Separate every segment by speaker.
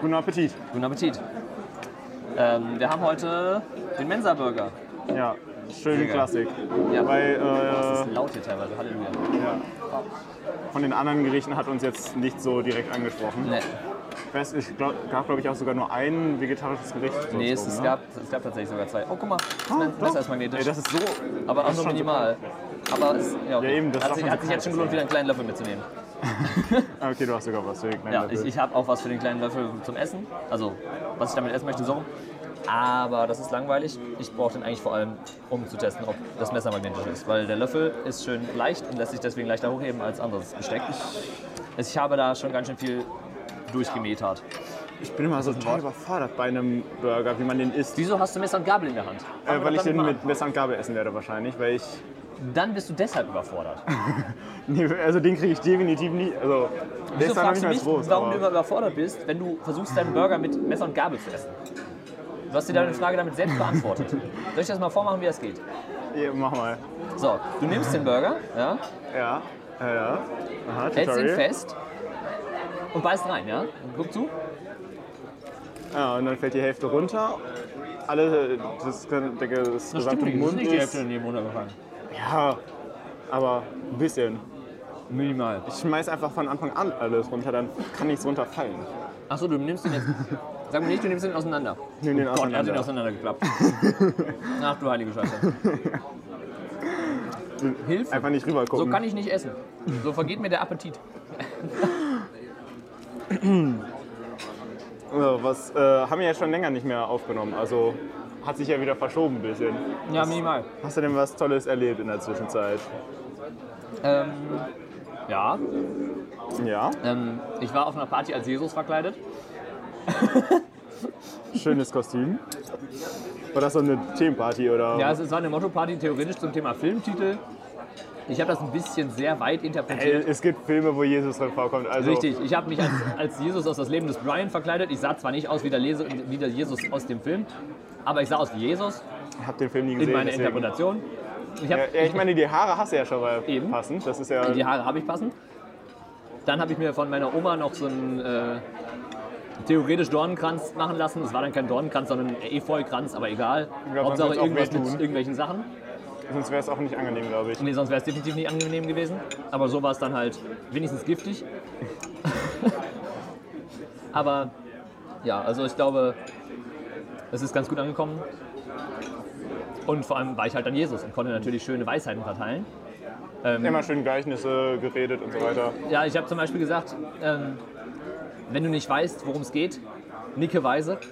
Speaker 1: Guten Appetit.
Speaker 2: Guten Appetit. Ähm, wir haben heute den Mensa-Burger.
Speaker 1: Ja,
Speaker 2: Sehr
Speaker 1: schön
Speaker 2: geil.
Speaker 1: Klassik.
Speaker 2: Ja.
Speaker 1: Weil
Speaker 2: Das
Speaker 1: äh,
Speaker 2: ist laut hier teilweise, Halleluja.
Speaker 1: ja, von den anderen Gerichten hat uns jetzt nicht so direkt angesprochen.
Speaker 2: Nee,
Speaker 1: Ich weiß, es glaub, gab, glaube ich, auch sogar nur ein vegetarisches Gericht. sonst
Speaker 2: nee es,
Speaker 1: oben,
Speaker 2: es,
Speaker 1: ne?
Speaker 2: gab, es gab tatsächlich sogar zwei. Oh, guck mal, das
Speaker 1: Ah,
Speaker 2: Messer
Speaker 1: doch.
Speaker 2: ist magnetisch.
Speaker 1: Ey, das ist so.
Speaker 2: aber auch
Speaker 1: das ist
Speaker 2: nur
Speaker 1: schon
Speaker 2: minimal. Aber es ja, okay.
Speaker 1: Ja, eben, das
Speaker 2: hat,
Speaker 1: darf
Speaker 2: sich,
Speaker 1: man
Speaker 2: hat
Speaker 1: so
Speaker 2: sich jetzt schon
Speaker 1: kalt
Speaker 2: gelohnt, wieder einen kleinen Löffel mitzunehmen.
Speaker 1: Ah, Okay, du hast sogar was. für den kleinen
Speaker 2: Ja, ich,
Speaker 1: Löffel.
Speaker 2: ich habe auch was für den kleinen Löffel zum Essen. Also, was ich damit essen möchte, so. Aber das ist langweilig. Ich brauche den eigentlich vor allem, um zu testen, ob das Messer magnetisch ist. Weil der Löffel ist schön leicht und lässt sich deswegen leichter hochheben als anderes Besteck. Ich habe da schon ganz schön viel durchgemäht hat.
Speaker 1: Ich bin immer so total überfordert bei einem Burger, wie man den isst.
Speaker 2: Wieso hast du Messer und Gabel in der Hand?
Speaker 1: Äh, weil ich den
Speaker 2: Fangen wir
Speaker 1: mit Messer und Gabel essen werde wahrscheinlich, weil ich...
Speaker 2: doch damit mal an. Dann bist du deshalb überfordert.
Speaker 1: Nee, also den kriege ich definitiv nicht, also... Der
Speaker 2: Wieso
Speaker 1: ist dann noch
Speaker 2: fragst
Speaker 1: nicht
Speaker 2: du
Speaker 1: mal
Speaker 2: mich,
Speaker 1: so groß,
Speaker 2: warum du
Speaker 1: aber...
Speaker 2: immer überfordert bist, wenn du versuchst, deinen Burger mit Messer und Gabel zu essen? Du hast dir deine Frage damit selbst beantwortet. Soll ich das mal vormachen, wie das geht?
Speaker 1: Ja, mach mal.
Speaker 2: So, du nimmst den Burger, ja,
Speaker 1: Ja, ja, ja. Aha,
Speaker 2: hältst ihn
Speaker 1: Tutorial.
Speaker 2: fest und beißt rein, ja? Guck zu.
Speaker 1: Ja, Ah, und dann fällt die Hälfte runter. Alle, das, kann- der, das gesamte Mund ist...
Speaker 2: in dem runtergefallen.
Speaker 1: Ja, aber ein bisschen.
Speaker 2: Minimal.
Speaker 1: Ich schmeiß einfach von Anfang an alles runter, dann kann nichts runterfallen.
Speaker 2: Achso, du nimmst ihn jetzt. Sag mir nicht, du nimmst ihn auseinander.
Speaker 1: Nimm den
Speaker 2: Oh Gott, er hat ihn
Speaker 1: auseinander.
Speaker 2: auseinandergeklappt. Ach du heilige Scheiße. Hilfe.
Speaker 1: Einfach nicht rüber
Speaker 2: So
Speaker 1: gucken.
Speaker 2: kann ich nicht essen. So vergeht mir der Appetit.
Speaker 1: So, was äh, haben wir ja schon länger nicht mehr aufgenommen. Also hat sich ja wieder verschoben ein bisschen.
Speaker 2: Ja, minimal.
Speaker 1: Hast du denn was Tolles erlebt in der Zwischenzeit?
Speaker 2: Ähm, ja,
Speaker 1: Ja,
Speaker 2: ähm, ich war auf einer Party als Jesus verkleidet.
Speaker 1: schönes Kostüm. War das so eine Themenparty oder?
Speaker 2: Ja, es es war eine Motto-Party theoretisch zum Thema Filmtitel. Ich habe das ein bisschen sehr weit
Speaker 1: Ey,
Speaker 2: interpretiert.
Speaker 1: es gibt Filme, wo Jesus drin vorkommt. Also,
Speaker 2: Richtig, ich habe mich als, als Jesus aus das Leben des Brian verkleidet. Ich sah zwar nicht aus wie der, Lese, wie der Jesus aus dem Film, aber ich sah aus wie Jesus
Speaker 1: Ich habe den Film nie
Speaker 2: in
Speaker 1: gesehen.
Speaker 2: meiner
Speaker 1: deswegen-
Speaker 2: Interpretation. Ich
Speaker 1: Ja,
Speaker 2: hab,
Speaker 1: ja, ich meine, die Haare hast du ja schon mal
Speaker 2: Eben.
Speaker 1: passend. Das ist ja.
Speaker 2: Die Haare habe ich passend. Dann habe ich mir von meiner Oma noch so einen äh, theoretisch Dornenkranz machen lassen. Es war dann kein Dornenkranz, sondern ein Efeukranz, aber egal.
Speaker 1: glaub, man
Speaker 2: Hauptsache
Speaker 1: soll's auch
Speaker 2: irgendwas mit
Speaker 1: wehtun.
Speaker 2: irgendwelchen Sachen.
Speaker 1: Sonst wäre es auch nicht angenehm, glaube ich.
Speaker 2: Nee, sonst wäre es definitiv nicht angenehm gewesen. Aber so war es dann halt wenigstens giftig. Aber ja, also ich glaube, es ist ganz gut angekommen. Und vor allem war ich halt dann Jesus und konnte natürlich schöne Weisheiten verteilen.
Speaker 1: Immer schön Gleichnisse geredet und so weiter.
Speaker 2: Ja, ich habe zum Beispiel gesagt, ähm, wenn du nicht weißt, worum es geht, nicke weise.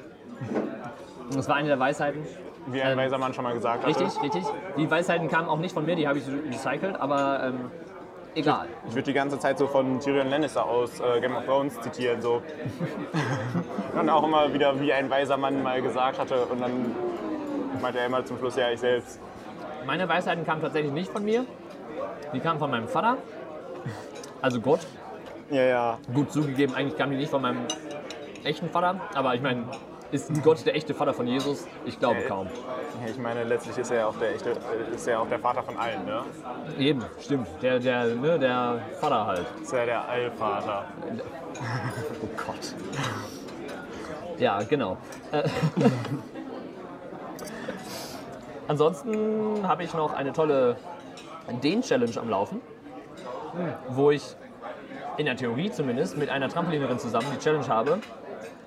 Speaker 2: Und das war eine der Weisheiten.
Speaker 1: Wie ein
Speaker 2: Ähm,
Speaker 1: weiser Mann schon mal gesagt hat.
Speaker 2: Richtig, richtig. Die Weisheiten kamen auch nicht von mir, die habe ich recycelt, aber ähm, egal.
Speaker 1: Ich würde die ganze Zeit so von Tyrion Lannister aus äh, Game of Thrones zitieren. So. und auch immer wieder, wie ein weiser Mann mal gesagt hatte. Und dann meinte er immer zum Schluss, ja, ich selbst.
Speaker 2: Meine Weisheiten kamen tatsächlich nicht von mir. Die kamen von meinem Vater. Also Gott.
Speaker 1: Ja, ja.
Speaker 2: Gut zugegeben, eigentlich kamen die nicht von meinem echten Vater. Aber ich meine, ist Gott der echte Vater von Jesus? Ich glaube
Speaker 1: Äh.
Speaker 2: kaum.
Speaker 1: Ich meine, letztlich ist er ja auch der echte, ist er ja auch der Vater von allen, ne?
Speaker 2: Eben, stimmt. Der, der, ne, der Vater halt.
Speaker 1: Ist ja der Allvater.
Speaker 2: Oh Gott. Ja, genau. Äh, Ansonsten habe ich noch eine tolle Dehn-Challenge am Laufen, wo ich in der Theorie zumindest mit einer Trampolinerin zusammen die Challenge habe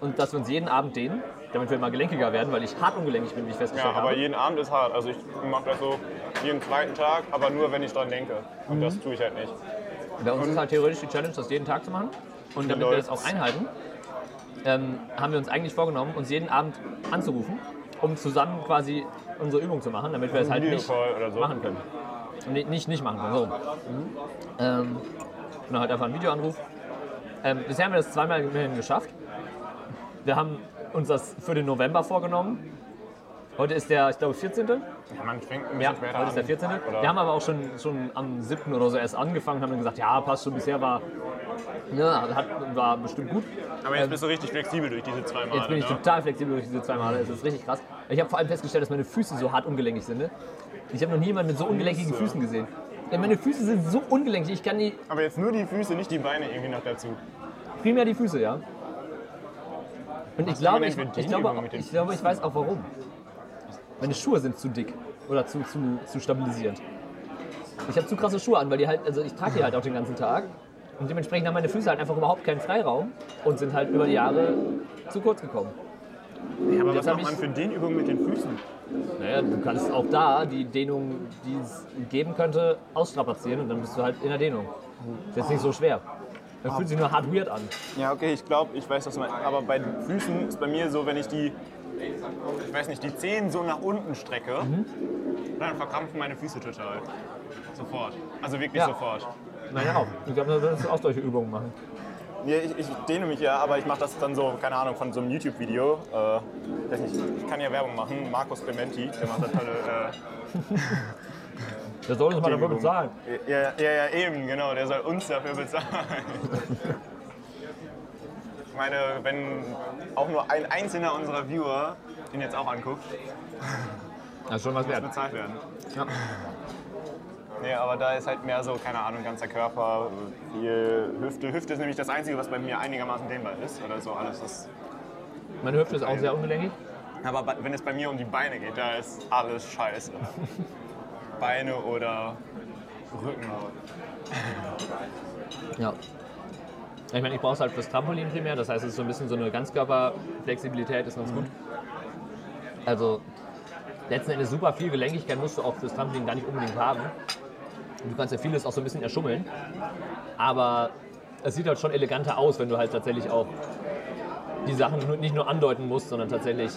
Speaker 2: und dass wir uns jeden Abend dehnen, damit wir immer gelenkiger werden, weil ich hart ungelenkig bin, wie ich
Speaker 1: Ja,
Speaker 2: festgestellt
Speaker 1: aber
Speaker 2: habe.
Speaker 1: jeden Abend ist hart. Also ich mache das so jeden zweiten Tag, aber nur, wenn ich dran denke. Und
Speaker 2: Mhm.
Speaker 1: das tue ich halt nicht.
Speaker 2: Bei uns ist halt theoretisch die Challenge, das jeden Tag zu machen und damit wir das auch
Speaker 1: läuft's.
Speaker 2: einhalten, ähm, haben wir uns eigentlich vorgenommen, uns jeden Abend anzurufen, um zusammen quasi unsere Übung zu machen, damit wir es halt nicht
Speaker 1: Videocall oder so.
Speaker 2: machen können. Nee, nicht nicht machen können, so. rum. Ähm, und dann halt einfach einen Videoanruf. Ähm, bisher haben wir das zweimal immerhin geschafft. Wir haben uns das für den November vorgenommen. Heute ist der, ich glaube, 14.
Speaker 1: Ja, man fängt ein bisschen
Speaker 2: Ja,
Speaker 1: später
Speaker 2: heute ist der
Speaker 1: an.
Speaker 2: 14.
Speaker 1: Oder?
Speaker 2: Wir haben aber auch schon, schon am 7. oder so erst angefangen und haben dann gesagt, ja, passt schon, bisher war, ne, hat, war bestimmt gut.
Speaker 1: aber jetzt bist du richtig flexibel durch diese zwei Male.
Speaker 2: Ähm, Jetzt bin ich
Speaker 1: ne?
Speaker 2: total flexibel durch diese zwei Male. Das ist richtig krass. Ich habe vor allem festgestellt, dass meine Füße so hart ungelenkig sind. Ne? Ich habe noch nie jemanden mit so ungelenkigen
Speaker 1: Füße.
Speaker 2: Füßen gesehen. Ja, meine Füße sind so ungelenkig. Ich kann die
Speaker 1: Aber jetzt nur die Füße, nicht die Beine irgendwie noch dazu.
Speaker 2: primär die Füße, ja. Und ich
Speaker 1: Was haben
Speaker 2: glaube
Speaker 1: wir
Speaker 2: ich,
Speaker 1: denn für
Speaker 2: ich, glaube,
Speaker 1: Dehnübungen mit den
Speaker 2: ich glaube, ich weiß auch warum. Meine Schuhe sind zu dick oder zu, zu, zu stabilisierend. Ich habe zu krasse Schuhe an, weil die halt, also ich trage die halt auch den ganzen Tag. Und dementsprechend haben meine Füße halt einfach überhaupt keinen Freiraum und sind halt über die Jahre zu kurz gekommen.
Speaker 1: Ja, aber
Speaker 2: Jetzt
Speaker 1: was
Speaker 2: hab
Speaker 1: macht man
Speaker 2: ich-
Speaker 1: für den Übungen mit den Füßen?
Speaker 2: Naja, du kannst auch da die Dehnung, die es geben könnte, ausstrapazieren und dann bist du halt in der Dehnung. Ist jetzt nicht so schwer. Dann fühlt sich nur hart weird an.
Speaker 1: Ja, okay, ich glaube, ich weiß, was man. Aber bei den Füßen ist bei mir so, wenn ich die, ich weiß nicht, die Zehen so nach unten strecke,
Speaker 2: Mhm.
Speaker 1: dann verkrampfen meine Füße total. Sofort. Also wirklich
Speaker 2: Ja.
Speaker 1: sofort.
Speaker 2: Naja, auch. Ich glaube, da solltest du auch solche Übungen machen.
Speaker 1: Ja, ich, ich dehne mich ja, aber ich mache das dann so, keine Ahnung, von so einem YouTube-Video. Äh, ich weiß nicht, ich kann ja Werbung machen. Markus Clementi, der macht da tolle. Äh,
Speaker 2: Da solltest man dafür
Speaker 1: Dehnübungen.
Speaker 2: bezahlen.
Speaker 1: Ja, ja, ja, eben, genau. Der soll uns dafür bezahlen. Ich meine, wenn auch nur ein einzelner unserer Viewer den jetzt auch anguckt,
Speaker 2: Das ist schon was wert.
Speaker 1: bezahlt werden.
Speaker 2: Ja.
Speaker 1: Nee, aber da ist halt mehr so, keine Ahnung, ganzer Körper, viel Hüfte. Hüfte ist nämlich das Einzige, was bei mir einigermaßen dehnbar ist oder so. Alles ist.
Speaker 2: Meine Hüfte ist auch sehr ungelängig.
Speaker 1: Aber ba- wenn es bei mir um die Beine geht, da ist alles scheiße. Beine oder Rücken.
Speaker 2: Ja. Ich meine, ich brauche es halt fürs Trampolin primär. Das heißt, es ist so ein bisschen so eine Ganzkörperflexibilität, ist ganz gut. Also, letzten Endes super viel Gelenkigkeit musst du auch fürs Trampolin gar nicht unbedingt haben. Und du kannst ja vieles auch so ein bisschen erschummeln. Aber es sieht halt schon eleganter aus, wenn du halt tatsächlich auch die Sachen nur- nicht nur andeuten musst, sondern tatsächlich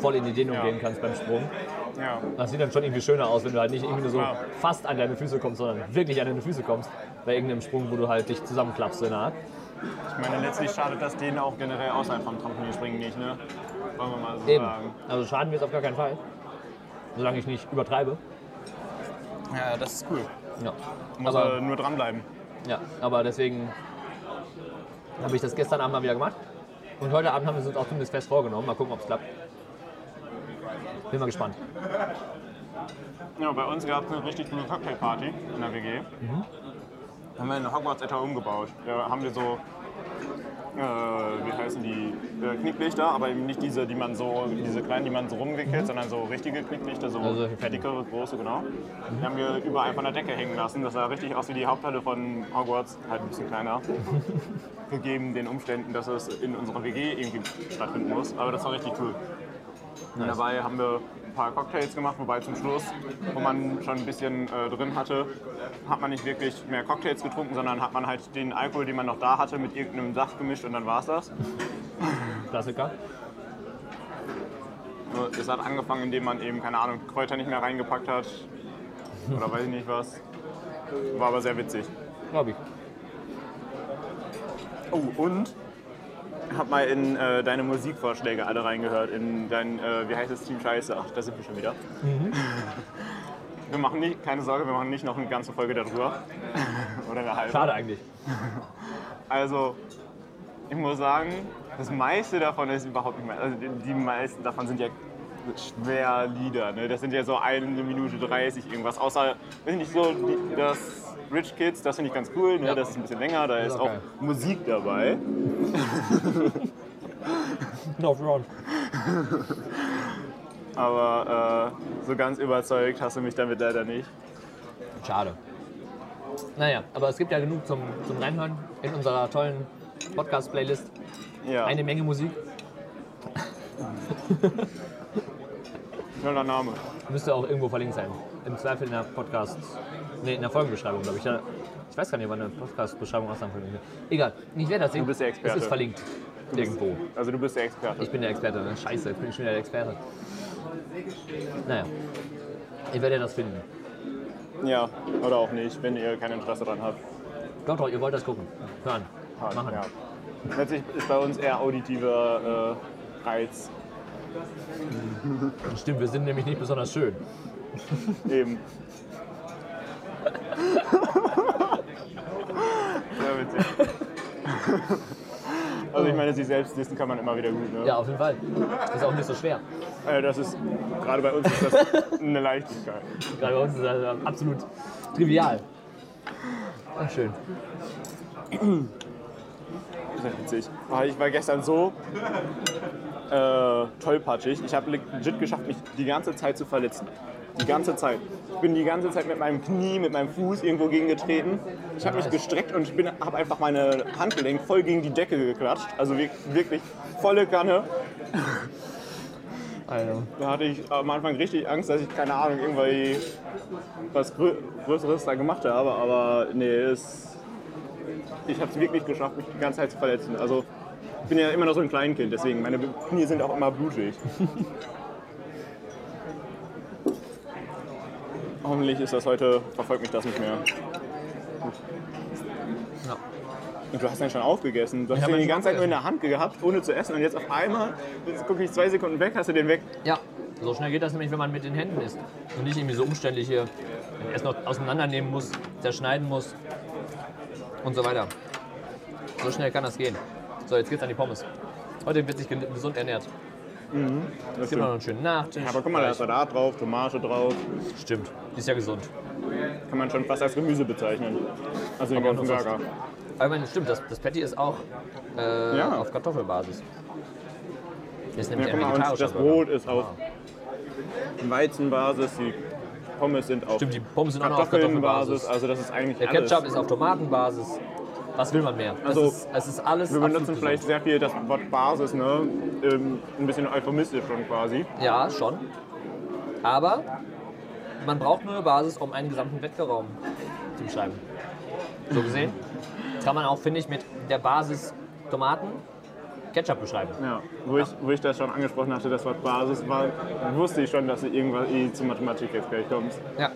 Speaker 2: voll in die Dehnung
Speaker 1: Ja.
Speaker 2: gehen kannst beim Sprung.
Speaker 1: Ja.
Speaker 2: Das sieht dann schon irgendwie schöner aus, wenn du halt nicht irgendwie nur so
Speaker 1: Ja.
Speaker 2: fast an deine Füße kommst, sondern wirklich an deine Füße kommst. Bei irgendeinem Sprung, wo du halt dich zusammenklappst so in der Art.
Speaker 1: Ich meine, letztlich schadet das denen auch generell außerhalb vom Trampolinspringen nicht, ne? Wollen wir mal so
Speaker 2: Eben.
Speaker 1: sagen.
Speaker 2: Also schaden wir es auf gar keinen Fall. Solange ich nicht übertreibe.
Speaker 1: Ja, Also- das ist cool.
Speaker 2: Ja.
Speaker 1: Muss
Speaker 2: Aber,
Speaker 1: aber nur dranbleiben.
Speaker 2: ja, aber deswegen habe ich das gestern Abend mal wieder gemacht. Und heute Abend haben wir es uns auch zumindest fest vorgenommen. Mal gucken, ob es klappt. Bin mal gespannt.
Speaker 1: Ja, bei uns gab es eine richtig coole Cocktailparty in der WG. Da haben wir eine Hogwarts-Etter umgebaut. Da haben wir so, äh, wie heißen die, äh, Knicklichter, aber eben nicht diese, die man so, diese kleinen, die man so rumwickelt, sondern so richtige Knicklichter, so
Speaker 2: Also solche fetten.
Speaker 1: dickere, große, genau. Die haben wir überall von der Decke hängen lassen. Das sah richtig aus wie die Haupthalle von Hogwarts, halt ein bisschen kleiner. Gegeben den Umständen, dass es in unserer WG irgendwie stattfinden muss. Aber das war richtig cool. Und Dabei haben wir ein paar Cocktails gemacht, wobei zum Schluss, wo man schon ein bisschen äh, drin hatte, hat man nicht wirklich mehr Cocktails getrunken, sondern hat man halt den Alkohol, den man noch da hatte, mit irgendeinem Saft gemischt und dann war's das.
Speaker 2: Klassiker.
Speaker 1: Nur Es hat angefangen, indem man eben, keine Ahnung, Kräuter nicht mehr reingepackt hat oder weiß ich nicht was. War aber sehr witzig.
Speaker 2: Glaube ich.
Speaker 1: Oh, und hab mal in äh, deine Musikvorschläge alle reingehört, in dein, äh, wie heißt es, Team Scheiße. Ach, da sind wir schon wieder.
Speaker 2: Mhm.
Speaker 1: Wir machen nicht, keine Sorge, wir machen nicht noch eine ganze Folge darüber. Oder eine halbe.
Speaker 2: Schade eigentlich.
Speaker 1: Also, ich muss sagen, das meiste davon ist überhaupt nicht mehr. Also, die, die meisten davon sind ja schwer Lieder. Ne? Das sind ja so eine Minute 30 irgendwas. Außer, weiß ich nicht, so die, das Rich Kids, das finde ich ganz cool. Ne?
Speaker 2: Ja.
Speaker 1: Das ist ein bisschen länger, da ist
Speaker 2: auch
Speaker 1: auch
Speaker 2: geil.
Speaker 1: Musik dabei.
Speaker 2: No front.
Speaker 1: Aber äh, so ganz überzeugt hast du mich damit leider nicht.
Speaker 2: Schade. Naja, aber es gibt ja genug zum, zum Reinhören in unserer tollen Podcast-Playlist.
Speaker 1: Ja,
Speaker 2: Eine Menge Musik.
Speaker 1: schöner Name.
Speaker 2: Müsste auch irgendwo verlinkt sein. Im Zweifel in der Podcast. Nee, in der Folgenbeschreibung, glaube ich. Ja, Ich weiß gar nicht, wann eine Podcast-Beschreibung aussehen könnte. Egal, ich werde das sehen. Du
Speaker 1: bist der Experte.
Speaker 2: Es ist verlinkt. Irgendwo.
Speaker 1: Also du bist der Experte.
Speaker 2: Ich bin der Experte, ne? Scheiße, ich bin ich schon wieder der Experte. Naja. Ich werde das finden.
Speaker 1: Ja, oder auch nicht, wenn ihr kein Interesse daran habt. Halt,
Speaker 2: Doch, doch, ihr wollt das gucken. Hören. Machen.
Speaker 1: Ja. Letztlich ist bei uns eher auditiver äh, Reiz.
Speaker 2: Stimmt, wir sind nämlich nicht besonders schön.
Speaker 1: Eben. Sehr witzig. Also ich meine, sich selbst dissen kann man immer wieder gut. Ne?
Speaker 2: Ja, auf jeden Fall. Ist auch nicht so schwer.
Speaker 1: Äh, das ist, gerade bei uns ist das eine Leichtigkeit.
Speaker 2: Gerade bei uns ist das äh, absolut Ah, trivial. Ach, schön.
Speaker 1: ist halt witzig. Ah, Ich war gestern so äh, tollpatschig. Ich habe legit geschafft, mich die ganze Zeit zu verletzen. Die ganze Zeit. Ich bin die ganze Zeit mit meinem Knie, mit meinem Fuß irgendwo gegengetreten. Ich habe mich gestreckt und ich habe einfach meine Handgelenk voll gegen die Decke geklatscht. Also wir- wirklich volle Kanne.
Speaker 2: Alter.
Speaker 1: Da hatte ich am Anfang richtig Angst, dass ich, keine Ahnung, irgendwie was Grö Größeres da gemacht habe. Aber nee, es, ich habe es wirklich geschafft, mich die ganze Zeit zu verletzen. Also ich bin ja immer noch so ein Kleinkind, deswegen meine Knie sind auch immer blutig. Hoffentlich ist das heute, verfolgt mich das nicht mehr.
Speaker 2: Ja.
Speaker 1: Und du hast dann schon aufgegessen. Du hast
Speaker 2: hab
Speaker 1: den
Speaker 2: ihn
Speaker 1: die
Speaker 2: schon
Speaker 1: ganze Zeit nur in
Speaker 2: aufgegessen.
Speaker 1: der Hand gehabt, ohne zu essen. Und jetzt auf einmal, jetzt gucke ich zwei Sekunden weg, hast du den weg.
Speaker 2: Ja, so schnell geht das nämlich, wenn man mit den Händen isst. Und nicht irgendwie so umständlich hier erst noch auseinandernehmen muss, zerschneiden muss und so weiter. So schnell kann das gehen. So, jetzt geht's an die Pommes. Heute wird sich gen- gesund ernährt.
Speaker 1: Das
Speaker 2: Gibt noch einen schönen Nachtisch.
Speaker 1: Aber guck mal, da ist Salat drauf, Tomate drauf.
Speaker 2: Stimmt, ist ja gesund.
Speaker 1: Kann man schon fast als Gemüse bezeichnen. Also den
Speaker 2: Aber
Speaker 1: ganzen
Speaker 2: nur fast.
Speaker 1: Burger.
Speaker 2: Aber ich meine, stimmt, das, das Patty ist auch äh,
Speaker 1: Ja.
Speaker 2: auf Kartoffelbasis. Ist
Speaker 1: Ja,
Speaker 2: nämlich
Speaker 1: guck
Speaker 2: ein
Speaker 1: mal, und
Speaker 2: vegetarischer
Speaker 1: das
Speaker 2: Burger.
Speaker 1: Brot ist auf Weizenbasis, die Pommes sind auf
Speaker 2: Ah. Stimmt, die Pommes sind auch noch auf
Speaker 1: Kartoffelbasis.
Speaker 2: Kartoffelbasis.
Speaker 1: Also das ist eigentlich
Speaker 2: Der
Speaker 1: alles.
Speaker 2: Ketchup ist auf Tomatenbasis. Was will man mehr?
Speaker 1: Also,
Speaker 2: es, ist, es ist alles
Speaker 1: Wir benutzen
Speaker 2: absolut
Speaker 1: vielleicht sehr viel das Wort Basis, ne? Ähm, ein bisschen euphemistisch schon quasi.
Speaker 2: Ja, schon. Aber man braucht nur eine Basis, um einen gesamten Wettbewerb zu beschreiben. So gesehen kann man auch, finde ich, mit der Basis Tomaten Ketchup beschreiben.
Speaker 1: Ja. Wo, Ich, wo ich das schon angesprochen hatte, das Wort Basis war, wusste ich schon, dass du irgendwann eh zu Mathematik jetzt gleich kommst.
Speaker 2: Ja.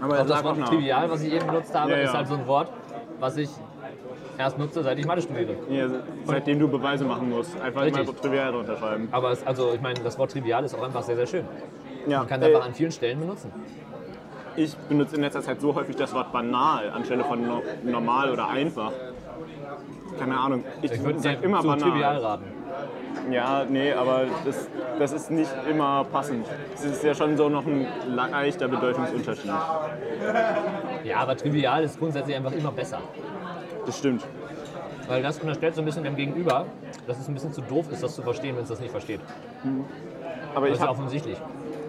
Speaker 1: Aber
Speaker 2: Also das
Speaker 1: sag
Speaker 2: Wort
Speaker 1: mal.
Speaker 2: Trivial, was ich eben benutzt habe,
Speaker 1: Ja, ja.
Speaker 2: ist halt so ein Wort, was ich erst nutze, seit ich Mathe studiere.
Speaker 1: Ja, seitdem du Beweise machen musst, einfach mal
Speaker 2: Richtig.
Speaker 1: so trivial drunter schreiben.
Speaker 2: Aber es, also, ich meine, das Wort Trivial ist auch einfach sehr, sehr schön.
Speaker 1: Ja.
Speaker 2: Man kann es
Speaker 1: Äh,
Speaker 2: einfach an vielen Stellen benutzen.
Speaker 1: Ich benutze in letzter Zeit so häufig das Wort banal anstelle von no normal oder einfach. Keine Ahnung. Ich,
Speaker 2: Ich würde
Speaker 1: sag
Speaker 2: dir
Speaker 1: immer
Speaker 2: zu
Speaker 1: banal.
Speaker 2: Trivial raten.
Speaker 1: Ja, nee, aber das, das ist nicht immer passend. Es ist ja schon so noch ein leichter Bedeutungsunterschied.
Speaker 2: Ja, aber Trivial ist grundsätzlich einfach immer besser.
Speaker 1: Das stimmt.
Speaker 2: Weil das unterstellt so ein bisschen dem Gegenüber, dass es ein bisschen zu doof ist, das zu verstehen, wenn es das nicht versteht.
Speaker 1: Aber
Speaker 2: Das
Speaker 1: ich
Speaker 2: ist ja
Speaker 1: habe
Speaker 2: offensichtlich.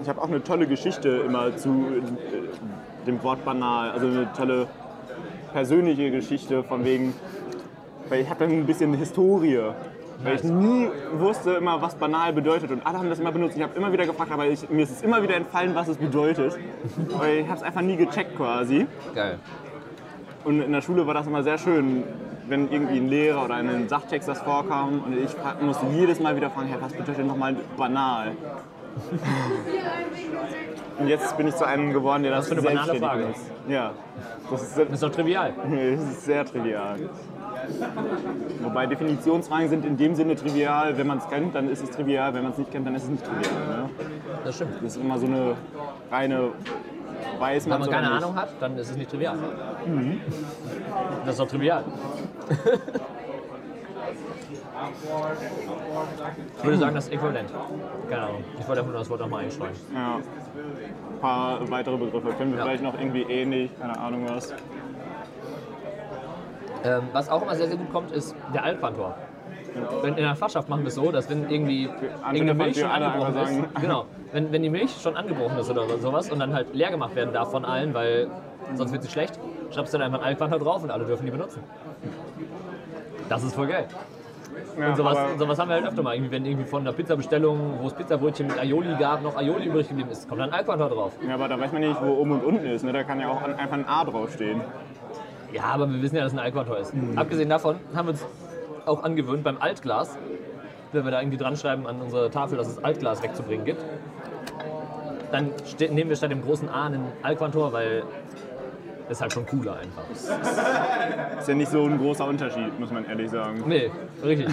Speaker 1: ich hab auch eine tolle Geschichte immer zu äh, dem Wort banal. Also eine tolle persönliche Geschichte von wegen, weil ich habe dann ein bisschen Historie. Weil ich nie wusste immer, was banal bedeutet. Und alle haben das immer benutzt. Ich habe immer wieder gefragt, aber ich, mir ist es immer wieder entfallen, was es bedeutet. Weil ich habe es einfach nie gecheckt quasi.
Speaker 2: Geil.
Speaker 1: Und in der Schule war das immer sehr schön, wenn irgendwie ein Lehrer oder ein Sachtext das vorkam. Und ich fra- musste jedes Mal wieder fragen, Herr, was bedeutet nochmal banal? Und jetzt bin ich zu einem geworden, der das
Speaker 2: für eine banale
Speaker 1: selbstständig
Speaker 2: Frage.
Speaker 1: benutzt. Ja, das ist,
Speaker 2: Das ist doch trivial.
Speaker 1: das ist sehr trivial. Wobei Definitionsfragen sind in dem Sinne trivial. Wenn man es kennt, dann ist es trivial. Wenn man es nicht kennt, dann ist es nicht trivial. Ne?
Speaker 2: Das stimmt.
Speaker 1: Das ist immer so eine reine weiß
Speaker 2: Wenn man
Speaker 1: oder
Speaker 2: keine
Speaker 1: nicht.
Speaker 2: Ahnung hat, dann ist es nicht trivial. Das ist doch trivial. Ich würde sagen, das ist äquivalent. Keine Ahnung. Ich wollte einfach nur das Wort nochmal einstreuen.
Speaker 1: Ja. Ein paar weitere Begriffe. Können wir
Speaker 2: Ja.
Speaker 1: vielleicht noch irgendwie ähnlich, keine Ahnung was.
Speaker 2: Ähm, was auch immer sehr, sehr gut kommt, ist der Altfantor. Wenn in der Fachschaft machen wir es so, dass wenn irgendwie irgendeine Milch schon
Speaker 1: Fantore
Speaker 2: angebrochen
Speaker 1: einfach
Speaker 2: ist,
Speaker 1: sagen.
Speaker 2: genau, wenn, wenn die Milch schon angebrochen ist oder so- sowas und dann halt leer gemacht werden darf von allen, weil sonst wird sie schlecht, schreibst du dann einfach einen Altfantor drauf und alle dürfen die benutzen. Das ist voll geil.
Speaker 1: Ja,
Speaker 2: Und sowas,
Speaker 1: aber
Speaker 2: sowas haben wir halt öfter mal. Irgendwie, wenn irgendwie von einer Pizzabestellung, wo es Pizzabrötchen mit Aioli gab, noch Aioli übrig geblieben ist, kommt dann ein Altfantor drauf.
Speaker 1: ja, aber da weiß man nicht, wo oben und unten ist. Ne? Da kann ja auch an- einfach ein A draufstehen.
Speaker 2: Ja, aber wir wissen ja, dass es ein Alkohol ist.
Speaker 1: Mhm.
Speaker 2: Abgesehen davon haben wir uns auch angewöhnt, beim Altglas, wenn wir da irgendwie dran schreiben an unsere Tafel, dass es Altglas wegzubringen gibt, dann ste- nehmen wir statt dem großen A einen Alquantor, weil ist halt schon cooler einfach.
Speaker 1: Ist ja nicht so ein großer Unterschied, muss man ehrlich sagen.
Speaker 2: Nee, richtig.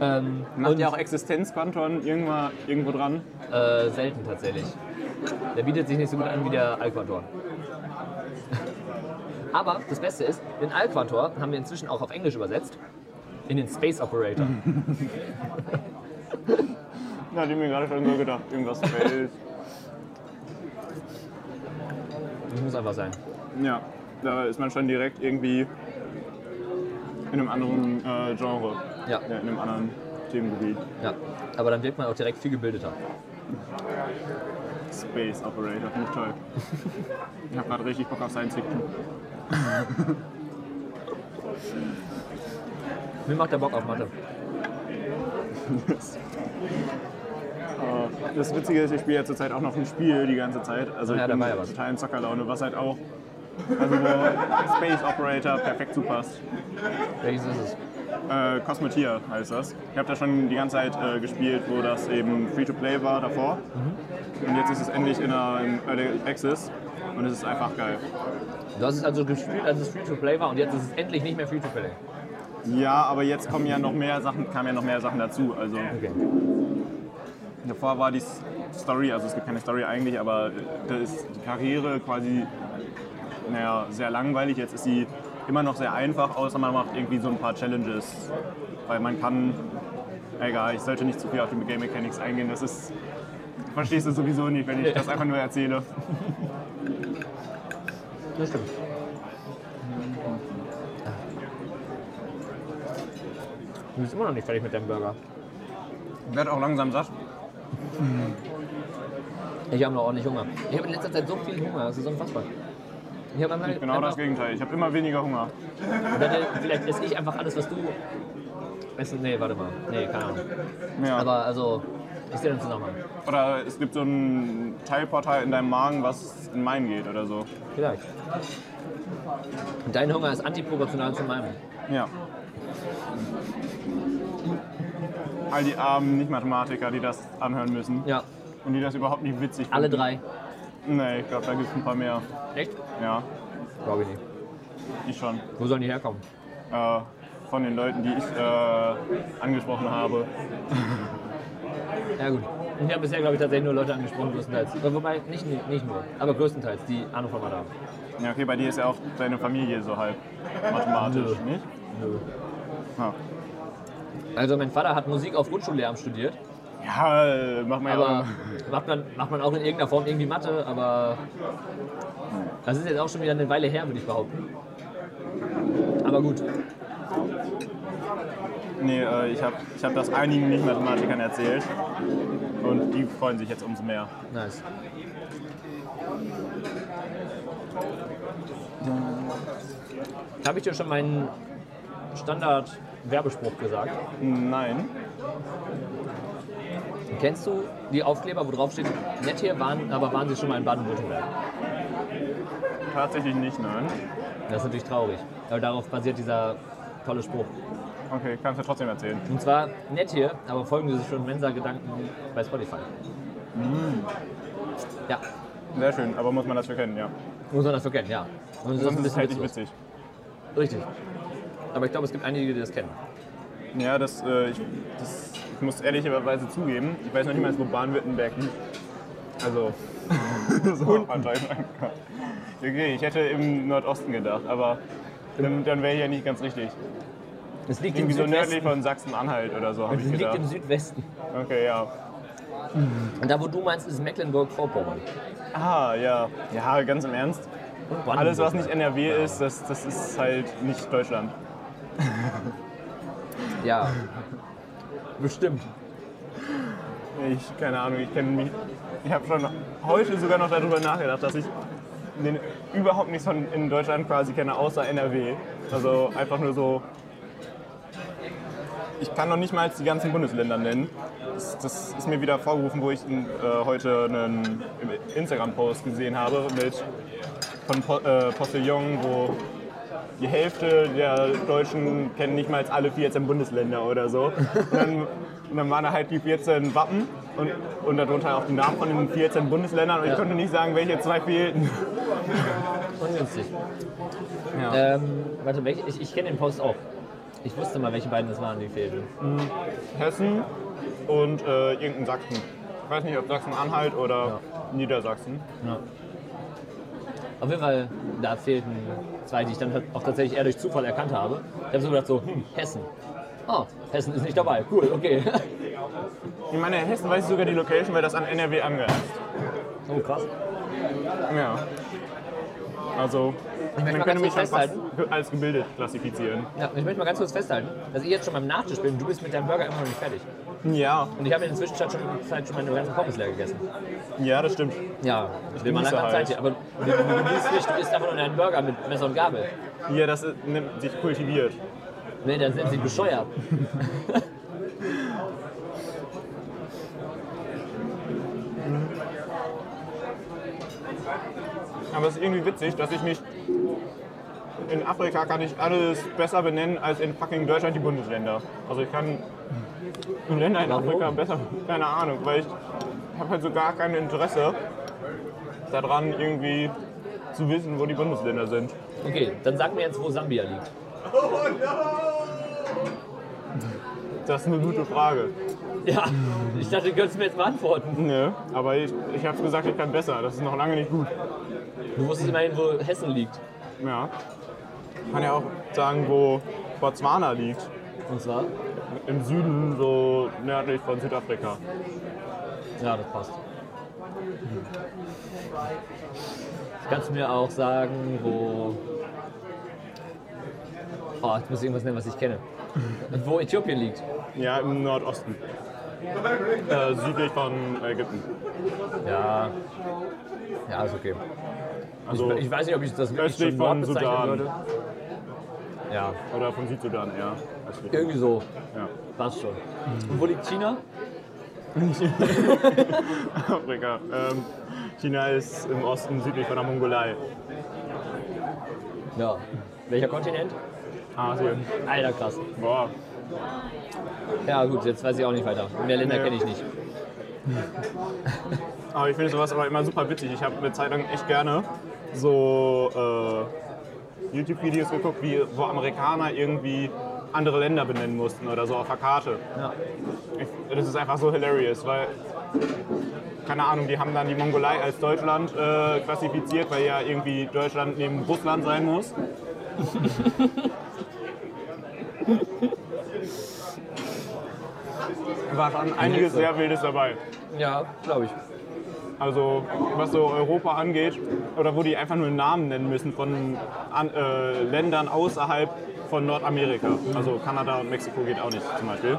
Speaker 2: ähm,
Speaker 1: Macht ja auch Existenzquanton irgendwo, irgendwo dran.
Speaker 2: äh, selten tatsächlich. Der bietet sich nicht so gut an wie der Alquantor. Aber das Beste ist, den Alquantor haben wir inzwischen auch auf Englisch übersetzt in den Space Operator.
Speaker 1: Da hatte ich mir gerade schon so gedacht, irgendwas fällt.
Speaker 2: Das muss einfach sein.
Speaker 1: Ja, da ist man schon direkt irgendwie in einem anderen äh, Genre,
Speaker 2: Ja.
Speaker 1: ja, in einem anderen Themengebiet.
Speaker 2: ja. Aber dann wirkt man auch direkt viel gebildeter.
Speaker 1: Space Operator, finde ich toll. ich habe gerade richtig Bock auf Science Fiction.
Speaker 2: Mir macht der Bock auf Mathe.
Speaker 1: Äh, Das Witzige ist, ich spiele ja zurzeit auch noch ein Spiel die ganze Zeit. Also ich
Speaker 2: Ja, da
Speaker 1: bin
Speaker 2: war ja was.
Speaker 1: total in Zockerlaune, was halt auch also wo Space Operator perfekt zupasst.
Speaker 2: Welches ist es?
Speaker 1: Äh, Cosmetia heißt das. Ich habe da schon die ganze Zeit äh, gespielt, wo das eben Free-to-Play war davor.
Speaker 2: Mhm.
Speaker 1: Und jetzt ist es endlich in einer im Early Access und es ist einfach geil.
Speaker 2: Du hast es also gespielt, als es Free-to-Play war und jetzt ist es endlich nicht mehr Free-to-Play.
Speaker 1: Ja, aber jetzt kommen ja noch mehr Sachen, kamen ja noch mehr Sachen dazu. Also
Speaker 2: Okay.
Speaker 1: Davor war die S- Story, also es gibt keine Story eigentlich, aber äh, da ist die Karriere quasi naja, sehr langweilig. Jetzt ist sie immer noch sehr einfach, außer man macht irgendwie so ein paar Challenges. Weil man kann, egal, ich sollte nicht zu viel auf die Game Mechanics eingehen, das ist, verstehst du sowieso nicht, wenn ich das einfach nur erzähle.
Speaker 2: Das stimmt. Du bist immer noch nicht fertig mit deinem Burger.
Speaker 1: Ich werde auch langsam satt.
Speaker 2: Ich habe noch ordentlich Hunger. Ich habe in letzter Zeit so viel Hunger, das ist unfassbar. Ich habe einmal
Speaker 1: Genau das
Speaker 2: einfach,
Speaker 1: Gegenteil, ich habe immer weniger Hunger.
Speaker 2: Vielleicht- Vielleicht esse ich einfach alles, was du. Essen. Nee, warte mal. Nee, keine Ahnung.
Speaker 1: Ja.
Speaker 2: Aber also, ich sehe den Zusammenhang.
Speaker 1: Oder es gibt so ein Teilportal in deinem Magen, was in meinen geht oder so.
Speaker 2: Vielleicht. Dein Hunger ist antiproportional zu meinem.
Speaker 1: Ja. All die armen Nicht-Mathematiker, die das anhören müssen
Speaker 2: Ja,
Speaker 1: und die das überhaupt nicht witzig finden.
Speaker 2: alle drei.
Speaker 1: Nee, ich glaube, da gibt es ein paar mehr.
Speaker 2: Echt?
Speaker 1: Ja,
Speaker 2: Glaube ich nicht.
Speaker 1: ich schon.
Speaker 2: Wo sollen die herkommen?
Speaker 1: Äh, von den Leuten, die ich äh, angesprochen habe.
Speaker 2: Ja gut. Und ich habe bisher, glaube ich, tatsächlich nur Leute angesprochen, größtenteils. Wobei, nicht, nicht nur, aber größtenteils, die Ahnung von Mathe haben.
Speaker 1: Ja, okay, bei dir ist ja auch deine Familie so halb mathematisch,
Speaker 2: Nö.
Speaker 1: nicht? Ja,
Speaker 2: Also mein Vater hat Musik auf Grundschullehramt studiert,
Speaker 1: ja äh, mach mal
Speaker 2: aber
Speaker 1: ja.
Speaker 2: macht man, macht man auch in irgendeiner Form irgendwie Mathe, aber das ist jetzt auch schon wieder eine Weile her, würde ich behaupten. Aber gut,
Speaker 1: Nee, äh, ich habe ich hab das einigen Nicht-Mathematikern erzählt und die freuen sich jetzt umso mehr.
Speaker 2: nice. Habe ich dir schon meinen Standard-Werbespruch gesagt?
Speaker 1: Nein.
Speaker 2: Kennst du die Aufkleber, wo drauf steht, nett hier waren, aber waren sie schon mal in Baden-Württemberg?
Speaker 1: Tatsächlich nicht, nein.
Speaker 2: Das ist natürlich traurig. Aber darauf basiert dieser tolle Spruch.
Speaker 1: Okay, kannst du trotzdem erzählen.
Speaker 2: Und zwar nett hier, aber folgen Sie sich schon Mensa-Gedanken bei Spotify.
Speaker 1: Mm.
Speaker 2: Ja,
Speaker 1: Sehr schön, aber muss man dafür kennen, ja.
Speaker 2: muss man dafür kennen, ja. Und
Speaker 1: Sonst ist es halt nicht
Speaker 2: witzlos.
Speaker 1: witzig.
Speaker 2: Richtig. Aber ich glaube, es gibt einige, die das kennen.
Speaker 1: Ja, das, äh, ich, das ich muss ehrlicherweise zugeben, ich weiß noch nicht mal, wo Baden-Württemberg liegt. Also, so hat man Deutschland gehabt. Okay, ich hätte im Nordosten gedacht, aber dann, dann wäre ich ja nicht ganz richtig.
Speaker 2: Es liegt im
Speaker 1: Irgendwie so nördlich
Speaker 2: Südwesten.
Speaker 1: von Sachsen-Anhalt oder so, habe
Speaker 2: Es
Speaker 1: ich
Speaker 2: liegt
Speaker 1: gedacht.
Speaker 2: im Südwesten.
Speaker 1: Okay, ja.
Speaker 2: Und da, wo du meinst, ist Mecklenburg-Vorpommern.
Speaker 1: Ah, ja. Ja, ganz im Ernst.
Speaker 2: Und
Speaker 1: Alles, was nicht
Speaker 2: Brandenburg.
Speaker 1: NRW ist, das, das ist halt nicht Deutschland.
Speaker 2: Ja. Bestimmt.
Speaker 1: Ich, keine Ahnung, ich kenne mich. Ich habe schon heute sogar noch darüber nachgedacht, dass ich den, überhaupt nichts von in Deutschland quasi kenne, außer NRW. Also einfach nur so. Ich kann noch nicht mal die ganzen Bundesländer nennen. Das, das ist mir wieder vorgerufen, wo ich äh, heute einen Instagram-Post gesehen habe mit von po, äh, Postillon, wo die Hälfte der Deutschen kennen nicht mal alle 14 Bundesländer oder so. Und dann, und dann waren da halt die 14 Wappen und, und darunter auch die Namen von den 14 Bundesländern und ich
Speaker 2: Ja.
Speaker 1: konnte nicht sagen, welche zwei fehlten.
Speaker 2: Ungünstig.
Speaker 1: Ja.
Speaker 2: Ähm, warte, welche? Ich, ich kenne den Post auch. Ich wusste mal, welche beiden das waren, die fehlten.
Speaker 1: Hessen und äh, irgendein Sachsen. Ich weiß nicht, ob Sachsen-Anhalt oder Niedersachsen.
Speaker 2: Auf jeden Fall, da fehlten zwei, die ich dann auch tatsächlich eher durch Zufall erkannt habe. Ich habe so gedacht, so, hm, Hessen. Oh, Hessen ist nicht dabei. Cool, okay.
Speaker 1: Ich meine, Hessen weiß ich sogar die Location, weil das an NRW angehört.
Speaker 2: Oh, krass.
Speaker 1: Ja. Also,
Speaker 2: Ich
Speaker 1: Man
Speaker 2: möchte mal
Speaker 1: könnte
Speaker 2: ganz
Speaker 1: mich
Speaker 2: kurz
Speaker 1: schon fast
Speaker 2: festhalten.
Speaker 1: als gebildet klassifizieren.
Speaker 2: Ja, ich möchte mal ganz kurz festhalten, dass ich jetzt schon beim Nachtisch bin und du bist mit deinem Burger immer noch nicht fertig.
Speaker 1: Ja,
Speaker 2: Und ich habe in der Zwischenzeit schon, Zeit schon meine ganzen Pommes leer gegessen.
Speaker 1: ja, das stimmt.
Speaker 2: Ja, ich will mal
Speaker 1: Genieße
Speaker 2: langsam
Speaker 1: halt.
Speaker 2: Zeit hier. Aber du, du, du genießt nicht, du isst einfach nur deinen Burger mit Messer und Gabel.
Speaker 1: Ja, das ist- nimmt sich kultiviert.
Speaker 2: Nee, dann sind sie bescheuert.
Speaker 1: Aber es ist irgendwie witzig, dass ich nicht. In Afrika kann ich alles besser benennen als in fucking Deutschland die Bundesländer. Also ich kann Länder in
Speaker 2: Warum?
Speaker 1: Afrika besser. Keine Ahnung, weil ich habe halt so gar kein Interesse daran, irgendwie zu wissen, wo die Bundesländer sind.
Speaker 2: Okay, dann sag mir jetzt, wo Sambia liegt.
Speaker 1: Das ist eine gute Frage.
Speaker 2: Ja, ich dachte, du könntest mir jetzt beantworten.
Speaker 1: Nö, aber ich, ich habe gesagt, ich kann besser. Das ist noch lange nicht gut.
Speaker 2: Du wusstest immerhin, wo Hessen liegt.
Speaker 1: Ja. Kann ja auch sagen, wo Botswana liegt.
Speaker 2: Und zwar?
Speaker 1: Im Süden, so nördlich von Südafrika.
Speaker 2: Ja, das passt. Kannst du mir auch sagen, wo. Oh, jetzt muss ich irgendwas nennen, was ich kenne. Und wo Äthiopien liegt.
Speaker 1: Ja, im Nordosten. Äh, südlich von Ägypten.
Speaker 2: Ja. Ja, ist okay.
Speaker 1: Also
Speaker 2: ich, ich weiß nicht, ob ich das wirklich
Speaker 1: östlich
Speaker 2: schon Nord
Speaker 1: von
Speaker 2: bezeichnen
Speaker 1: Sudan.
Speaker 2: würde. Ja,
Speaker 1: Oder von Südsudan, ja. Östlich.
Speaker 2: irgendwie so.
Speaker 1: Ja.
Speaker 2: Passt schon. Und wo liegt China?
Speaker 1: Afrika. Ähm, China ist im Osten südlich von der Mongolei.
Speaker 2: Ja. Welcher Kontinent?
Speaker 1: Asien.
Speaker 2: Alter, krass.
Speaker 1: Boah.
Speaker 2: Ja, gut, jetzt weiß ich auch nicht weiter. Mehr Länder
Speaker 1: Nee.
Speaker 2: kenne ich nicht.
Speaker 1: Aber ich finde sowas aber immer super witzig. Ich habe eine Zeit lang echt gerne so äh, YouTube-Videos geguckt, wie, wo Amerikaner irgendwie andere Länder benennen mussten oder so auf der Karte.
Speaker 2: Ja.
Speaker 1: Ich, das ist einfach so hilarious, weil, keine Ahnung, die haben dann die Mongolei als Deutschland äh, klassifiziert, weil ja irgendwie Deutschland neben Russland sein muss. War schon einiges sehr Wildes dabei.
Speaker 2: Ja, glaube ich.
Speaker 1: Also was so Europa angeht, oder wo die einfach nur Namen nennen müssen von an, äh, Ländern außerhalb von Nordamerika. Also Kanada und Mexiko geht auch nicht zum Beispiel.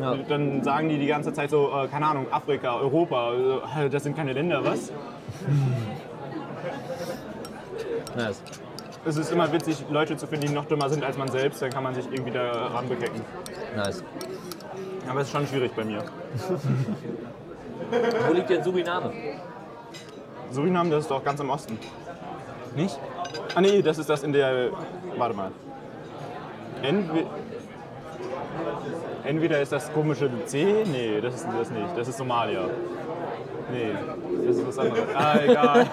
Speaker 2: Ja.
Speaker 1: Dann sagen die die ganze Zeit so, äh, keine Ahnung, Afrika, Europa, äh, das sind keine Länder, was?
Speaker 2: Nice.
Speaker 1: Es ist immer witzig, Leute zu finden, die noch dümmer sind als man selbst, dann kann man sich irgendwie daran bekecken.
Speaker 2: Nice.
Speaker 1: Aber es ist schon schwierig bei mir.
Speaker 2: Wo liegt denn Suriname?
Speaker 1: Suriname, das ist doch ganz im Osten.
Speaker 2: Nicht?
Speaker 1: Ah nee, das ist das in der. Warte mal. Entweder, Entweder ist das komische C, nee, das ist das nicht. Das ist Somalia. Nee, das ist was anderes. Ah, egal.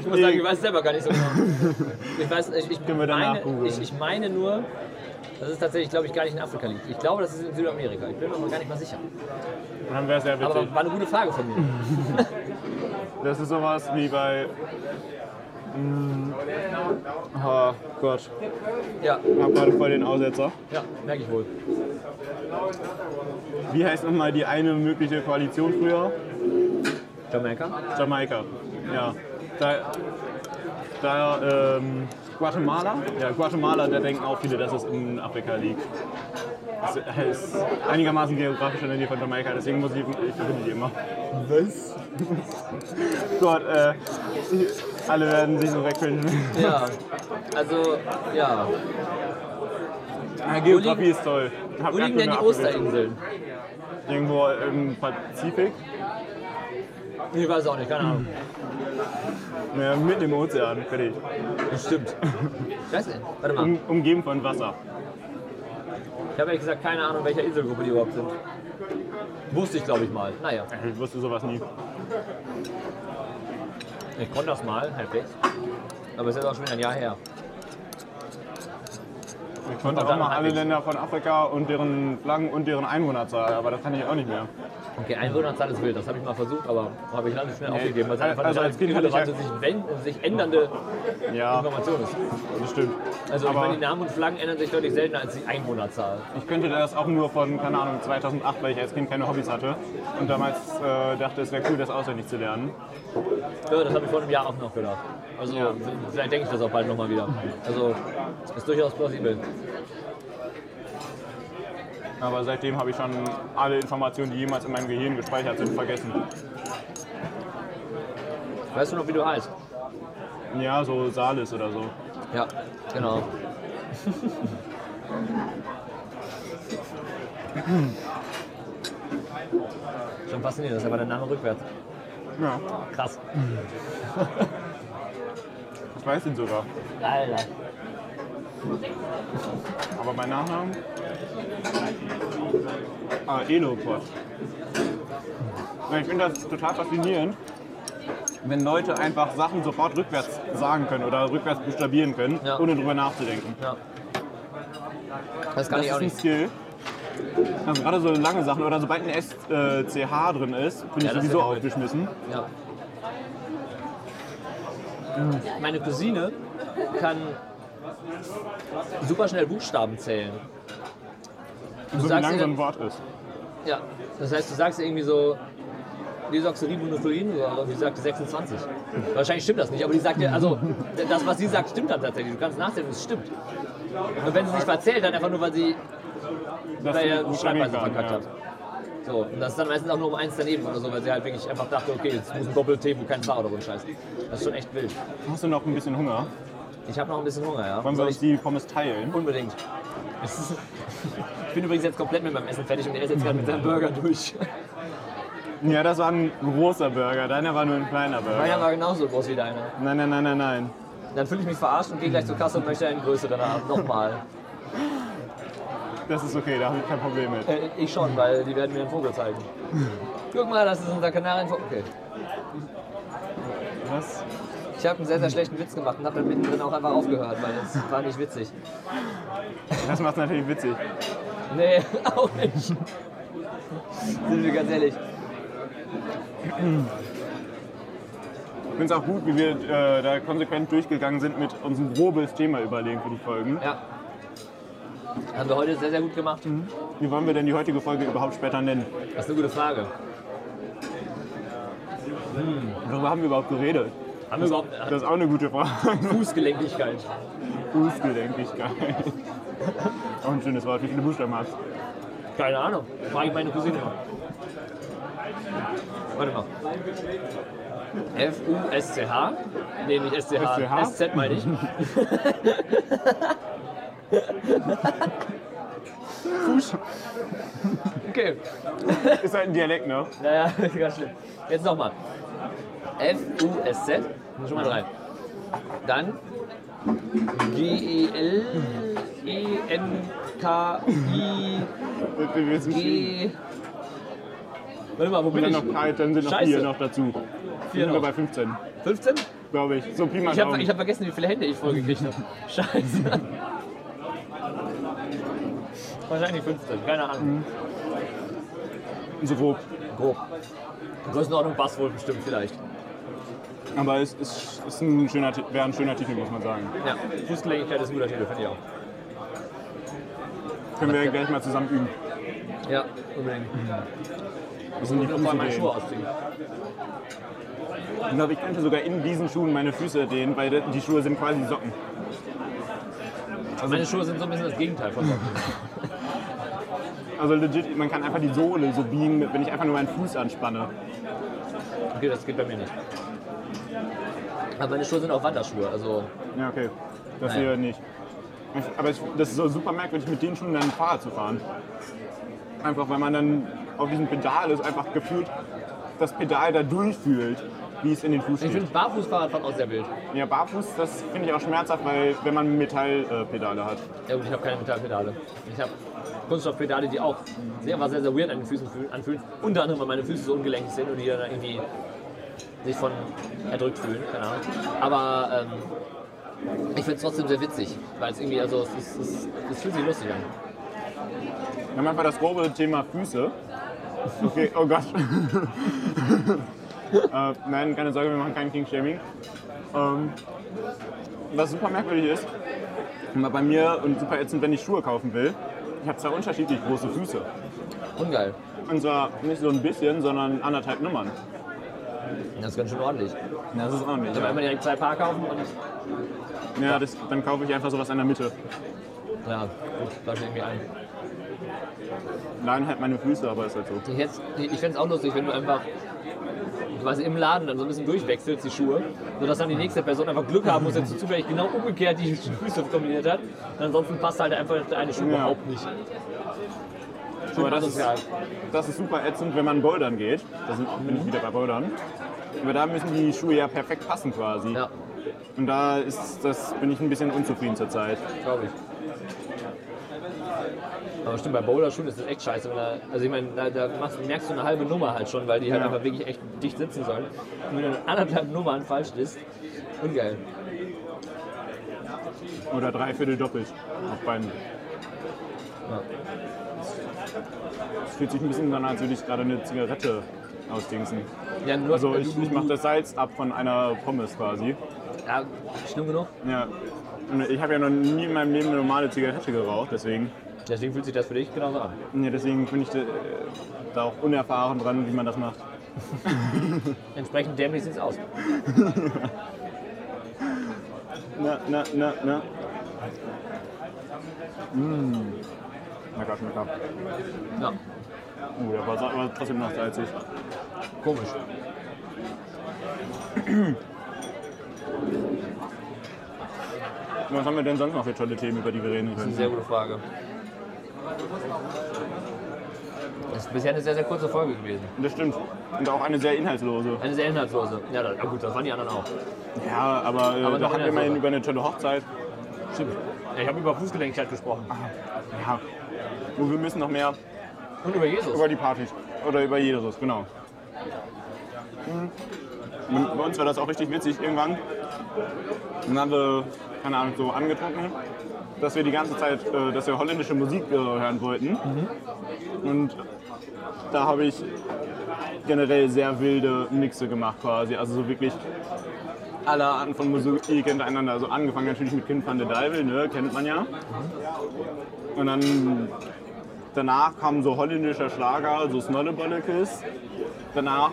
Speaker 2: Ich muss sagen, ich weiß selber gar nicht so genau. Ich weiß, ich, ich,
Speaker 1: Können wir danach
Speaker 2: meine,
Speaker 1: googeln.
Speaker 2: ich, ich meine nur, dass es tatsächlich, glaube ich, gar nicht in Afrika liegt. Ich glaube, das ist in Südamerika. Ich bin mir aber gar nicht mal sicher.
Speaker 1: Dann wäre es ja witzig.
Speaker 2: Aber war eine gute Frage von mir.
Speaker 1: Das ist sowas wie bei. mm, Oh Gott,
Speaker 2: Ja,
Speaker 1: ich habe gerade voll den Aussetzer.
Speaker 2: ja, merke ich wohl.
Speaker 1: Wie heißt nochmal die eine mögliche Koalition früher?
Speaker 2: Jamaika?
Speaker 1: Jamaika. Ja. Da, da ähm, Guatemala? Ja, Guatemala, da denken auch viele, dass es in Afrika liegt. Es ist einigermaßen geografisch in der Nähe von Jamaika, deswegen muss ich, ich verbinde die immer. Was? Gott, äh, alle werden sich so wegfinden.
Speaker 2: Ja. Also, ja.
Speaker 1: Ja, Ah, Geografie ist toll. Hab
Speaker 2: Wo
Speaker 1: gar
Speaker 2: liegen
Speaker 1: keine
Speaker 2: denn die
Speaker 1: Ahnung.
Speaker 2: Osterinseln?
Speaker 1: Irgendwo im Pazifik,
Speaker 2: Ich weiß auch nicht, keine Ahnung.
Speaker 1: ja, mitten im Ozean, fertig.
Speaker 2: Bestimmt. Ich weiß nicht. Warte mal.
Speaker 1: Um, umgeben von Wasser.
Speaker 2: Ich habe ehrlich gesagt keine Ahnung, welcher Inselgruppe die überhaupt sind. Wusste ich, glaube ich, mal. Naja.
Speaker 1: Ich wusste sowas nie.
Speaker 2: Ich konnte das mal, halbwegs. Aber es ist auch schon wieder ein Jahr her.
Speaker 1: Ich konnte
Speaker 2: Und
Speaker 1: auch
Speaker 2: dann
Speaker 1: mal alle
Speaker 2: halbwegs.
Speaker 1: Länder von Afrika und deren Flaggen und deren Einwohnerzahl, aber das kann ich auch nicht mehr.
Speaker 2: Okay, Einwohnerzahl ist wild, das habe ich mal versucht, aber habe ich lange schnell aufgegeben, weil es
Speaker 1: also
Speaker 2: einfach
Speaker 1: als
Speaker 2: eine
Speaker 1: Kind hatte ich
Speaker 2: irrelevante, sich, wenn- sich ändernde
Speaker 1: Ja,
Speaker 2: Information ist.
Speaker 1: das stimmt.
Speaker 2: Also ich
Speaker 1: Aber-
Speaker 2: meine, die Namen und Flaggen ändern sich deutlich seltener als die Einwohnerzahl.
Speaker 1: Ich könnte das auch nur von, keine Ahnung, 2008, weil ich als Kind keine Hobbys hatte und damals äh, dachte, es wäre cool, das auswendig zu lernen.
Speaker 2: Ja, das habe ich vor einem Jahr auch noch gedacht. Also
Speaker 1: Ja.
Speaker 2: vielleicht denke ich das auch bald nochmal wieder. Also ist durchaus plausibel.
Speaker 1: Aber seitdem habe ich schon alle Informationen, die jemals in meinem Gehirn gespeichert sind, vergessen.
Speaker 2: Weißt du noch, wie du heißt?
Speaker 1: Ja, so Salis oder so.
Speaker 2: Ja, genau. Schon faszinierend, das ist aber der Name rückwärts.
Speaker 1: Ja,
Speaker 2: Krass.
Speaker 1: ich weiß ihn sogar.
Speaker 2: Alter.
Speaker 1: Aber mein Nachname? Ah, Elopod. Ja, Ich finde das total faszinierend, wenn Leute einfach Sachen sofort rückwärts sagen können oder rückwärts buchstabieren können,
Speaker 2: Ja.
Speaker 1: ohne drüber nachzudenken.
Speaker 2: Ja. Das kann
Speaker 1: Das
Speaker 2: ich
Speaker 1: ist
Speaker 2: auch
Speaker 1: ein
Speaker 2: nicht.
Speaker 1: Skill. Also gerade so lange Sachen oder sobald ein SCH äh, CH drin ist, bin ich
Speaker 2: das
Speaker 1: sowieso
Speaker 2: wird-
Speaker 1: aufgeschmissen.
Speaker 2: Ja. Mhm. Meine Cousine kann super schnell Buchstaben zählen. Du
Speaker 1: So wie
Speaker 2: sagst
Speaker 1: lang
Speaker 2: ihr-
Speaker 1: so ein Wort ist.
Speaker 2: Ja, das heißt, du sagst irgendwie so Desoxyribonuclein oder so, die sagt 26. Wahrscheinlich stimmt das nicht, aber die sagt dir, also das, was sie sagt, stimmt dann tatsächlich. Du kannst nachzählen, es stimmt. Und wenn sie sich verzählt, dann einfach nur, weil sie
Speaker 1: Das
Speaker 2: weil er
Speaker 1: du
Speaker 2: die
Speaker 1: buchstabieren
Speaker 2: Schreibweise verkackt
Speaker 1: ja.
Speaker 2: hat. So, und das ist dann meistens auch nur um eins daneben oder so, weil sie halt wirklich einfach dachte, okay, jetzt muss ein Doppel-T, wo kein K oder so ein Scheiß. Das ist schon echt wild.
Speaker 1: Hast du noch ein bisschen Hunger?
Speaker 2: Ich habe noch ein bisschen Hunger, ja.
Speaker 1: Wollen wir
Speaker 2: Soll
Speaker 1: uns
Speaker 2: ich
Speaker 1: die Pommes teilen?
Speaker 2: unbedingt. Es ist- Ich bin übrigens jetzt komplett mit meinem Essen fertig und er ist jetzt gerade mit seinem Burger durch.
Speaker 1: Ja, das war ein großer Burger. Deiner war nur ein kleiner
Speaker 2: Meiner
Speaker 1: Burger.
Speaker 2: war genauso groß wie deiner.
Speaker 1: Nein, nein, nein, nein, nein.
Speaker 2: Dann fühle ich mich verarscht und gehe gleich zur Kasse und möchte einen größeren haben. Nochmal.
Speaker 1: Das ist okay, da habe ich kein Problem mit.
Speaker 2: Äh, ich schon, weil die werden mir einen Vogel zeigen. Guck mal, das ist unser Kanarienvogel. Okay.
Speaker 1: Was?
Speaker 2: Ich habe einen sehr, sehr schlechten Witz gemacht und habe dann mittendrin auch einfach aufgehört, weil es war nicht witzig.
Speaker 1: Das macht natürlich witzig.
Speaker 2: Nee, auch nicht. Sind wir ganz ehrlich.
Speaker 1: Ich finde es auch gut, wie wir äh, da konsequent durchgegangen sind mit uns ein grobes Thema überlegen für die Folgen.
Speaker 2: Ja. Haben wir heute sehr, sehr gut gemacht.
Speaker 1: Wie wollen wir denn die heutige Folge überhaupt später nennen?
Speaker 2: Das ist eine gute Frage.
Speaker 1: Worüber haben wir überhaupt geredet?
Speaker 2: Haben wir überhaupt äh,
Speaker 1: Das ist auch eine gute Frage.
Speaker 2: Fußgelenkigkeit?
Speaker 1: Fußgelenkigkeit. Auch ein schönes Wort, wie viele Buchstaben hast du?
Speaker 2: Keine Ahnung. Frage ich meine Cousine mal. Warte mal. F-U-S-C-H? Nee, nicht S-C-H.
Speaker 1: SCH?
Speaker 2: S-Z meine ich.
Speaker 1: Fuß.
Speaker 2: Okay.
Speaker 1: Ist halt ein Dialekt, ne?
Speaker 2: Naja, ganz schlimm. Jetzt nochmal. F-U-S-Z. Sind schon mal drei. Dann E G-E-L-E-N-K-I-G.
Speaker 1: Wir- wir wissen viel.
Speaker 2: Warte mal, wo
Speaker 1: Und
Speaker 2: bin
Speaker 1: dann,
Speaker 2: ich?
Speaker 1: noch, drei, dann sind noch
Speaker 2: Scheiße.
Speaker 1: vier noch dazu.
Speaker 2: Vier
Speaker 1: Sind wir
Speaker 2: noch.
Speaker 1: bei 15,
Speaker 2: 15?
Speaker 1: glaube ich. So Pi mal
Speaker 2: Ich habe
Speaker 1: Daumen.
Speaker 2: ich hab vergessen, wie viele Hände ich vollgekriegt habe. Scheiße. Wahrscheinlich 15, keine Ahnung.
Speaker 1: so grob.
Speaker 2: Grob. Größenordnung passt wohl bestimmt vielleicht.
Speaker 1: Aber es ist, ist ein schöner, Ti- wäre ein schöner Titel, muss man sagen.
Speaker 2: Ja, Fußgelenkigkeit ist ein guter Titel, finde ich auch.
Speaker 1: Können wir gleich mal zusammen üben.
Speaker 2: Ja, unbedingt.
Speaker 1: Das sind die
Speaker 2: Ich
Speaker 1: Füße
Speaker 2: muss vorher meine
Speaker 1: dehnen.
Speaker 2: Schuhe ausziehen.
Speaker 1: Ich glaube, ich könnte sogar in diesen Schuhen meine Füße dehnen, weil die Schuhe sind quasi Socken.
Speaker 2: Meine Schuhe sind so ein bisschen das Gegenteil von Socken.
Speaker 1: Also legit, man kann einfach die Sohle so biegen, wenn ich einfach nur meinen Fuß anspanne.
Speaker 2: Okay, das geht bei mir nicht. Aber meine Schuhe sind auch Wanderschuhe, also
Speaker 1: Ja, okay. Das
Speaker 2: Naja.
Speaker 1: hier nicht. Ich, aber ich, das ist so super merkwürdig, mit den Schuhen dann Fahrrad zu fahren. Einfach, weil man dann auf diesem Pedal ist, einfach gefühlt das Pedal da durchfühlt, wie es in den Fuß
Speaker 2: Ich
Speaker 1: geht.
Speaker 2: finde Barfußfahrradfahren auch sehr wild.
Speaker 1: Ja, barfuß, das finde ich auch schmerzhaft, weil wenn man Metallpedale hat.
Speaker 2: Ja gut, ich habe keine Metallpedale. Ich habe Kunststoffpedale, die auch sehr, aber sehr, sehr weird an den Füßen fühlen, anfühlen. Unter anderem, weil meine Füße so ungelenkig sind und die dann irgendwie sich von erdrückt fühlen, keine Ahnung. Aber ähm, ich finde es trotzdem sehr witzig, weil es irgendwie, also es, ist, es, es fühlt sich lustig an.
Speaker 1: Wir haben einfach das grobe Thema Füße. Okay, oh Gott. äh, nein, keine Sorge, wir machen kein King-Shaming. Ähm, was super merkwürdig ist, immer bei mir und super ätzend, wenn ich Schuhe kaufen will, ich habe zwei unterschiedlich große Füße.
Speaker 2: Ungeil.
Speaker 1: Und zwar nicht so ein bisschen, sondern anderthalb Nummern.
Speaker 2: Das ist ganz schön ordentlich.
Speaker 1: Das ist auch nicht.
Speaker 2: Dann
Speaker 1: Ja,
Speaker 2: einmal direkt zwei Paar kaufen und
Speaker 1: ja das, dann kaufe ich einfach sowas in der Mitte.
Speaker 2: ja, gut, läuft irgendwie ein.
Speaker 1: Lagen halt meine Füße, aber ist halt so.
Speaker 2: Ich, hätt's- ich fände es auch lustig, wenn du einfach quasi im Laden dann so ein bisschen durchwechselst, die Schuhe, sodass dann die nächste Person einfach Glück haben muss, dass sie zufällig genau umgekehrt die Füße kombiniert hat. Und ansonsten passt halt einfach der eine Schuh
Speaker 1: Ja.
Speaker 2: überhaupt nicht.
Speaker 1: Aber
Speaker 2: Schön
Speaker 1: das ist,
Speaker 2: asozial.
Speaker 1: das ist super ätzend, wenn man Bouldern geht. Da sind, bin ich wieder bei Bouldern. Aber da müssen die Schuhe ja perfekt passen quasi.
Speaker 2: Ja,
Speaker 1: Und da ist das, bin ich ein bisschen unzufrieden zurzeit.
Speaker 2: glaube ich. Aber stimmt, bei Boulder-Schuhen ist das echt scheiße. Wenn da, also ich meine, da, da machst, merkst du eine halbe Nummer halt schon, weil die halt
Speaker 1: Ja.
Speaker 2: einfach wirklich echt dicht sitzen sollen. Und wenn du anderthalb Nummern falsch bist, ungeil.
Speaker 1: Oder dreiviertel doppelt auf beiden.
Speaker 2: Ja.
Speaker 1: Es fühlt sich ein bisschen an, als würde ich gerade eine Zigarette ausdingsen.
Speaker 2: Ja, nur,
Speaker 1: Also
Speaker 2: du-
Speaker 1: ich,
Speaker 2: du-
Speaker 1: ich mache das Salz ab von einer Pommes quasi.
Speaker 2: Ja, schlimm genug.
Speaker 1: Ja. Und ich habe ja noch nie in meinem Leben eine normale Zigarette geraucht, deswegen.
Speaker 2: Deswegen fühlt sich das für dich genauso an.
Speaker 1: Ja, deswegen bin ich da, da auch unerfahren dran, wie man das macht.
Speaker 2: Entsprechend dämlich sieht es aus.
Speaker 1: Na, na, na, na. Mmh. Lecker, lecker.
Speaker 2: Ja,
Speaker 1: Uh, der war, sa- war trotzdem noch salzig.
Speaker 2: komisch.
Speaker 1: Was haben wir denn sonst noch für tolle Themen, über die wir reden
Speaker 2: Das ist eine
Speaker 1: können?
Speaker 2: sehr gute Frage. Das ist bisher eine sehr, sehr kurze Folge gewesen.
Speaker 1: Das stimmt. Und auch eine sehr inhaltslose.
Speaker 2: Eine sehr inhaltslose. Ja, da, ja gut, das waren die anderen auch.
Speaker 1: Ja, aber, äh,
Speaker 2: Aber
Speaker 1: da
Speaker 2: noch
Speaker 1: hatten wir immerhin
Speaker 2: inhaltsloser.
Speaker 1: über eine tolle Hochzeit.
Speaker 2: Stimmt. Ja, ich habe über Fußgelenkigkeit gesprochen.
Speaker 1: Ja. Und wir müssen noch mehr
Speaker 2: Und über Jesus.
Speaker 1: über die Partys. Oder über Jesus, genau. Mhm. Und Bei uns war das auch richtig witzig irgendwann. Dann haben wir, keine Ahnung, so angetrunken, dass wir die ganze Zeit, äh, dass wir holländische Musik äh, hören wollten. Und da habe ich generell sehr wilde Mixe gemacht quasi. Also so wirklich alle Arten von Musik hintereinander. Also angefangen natürlich mit Kind van der Deivel, ne, kennt man ja. Und dann Danach kam so holländischer Schlager, so Snollebollekes. Danach,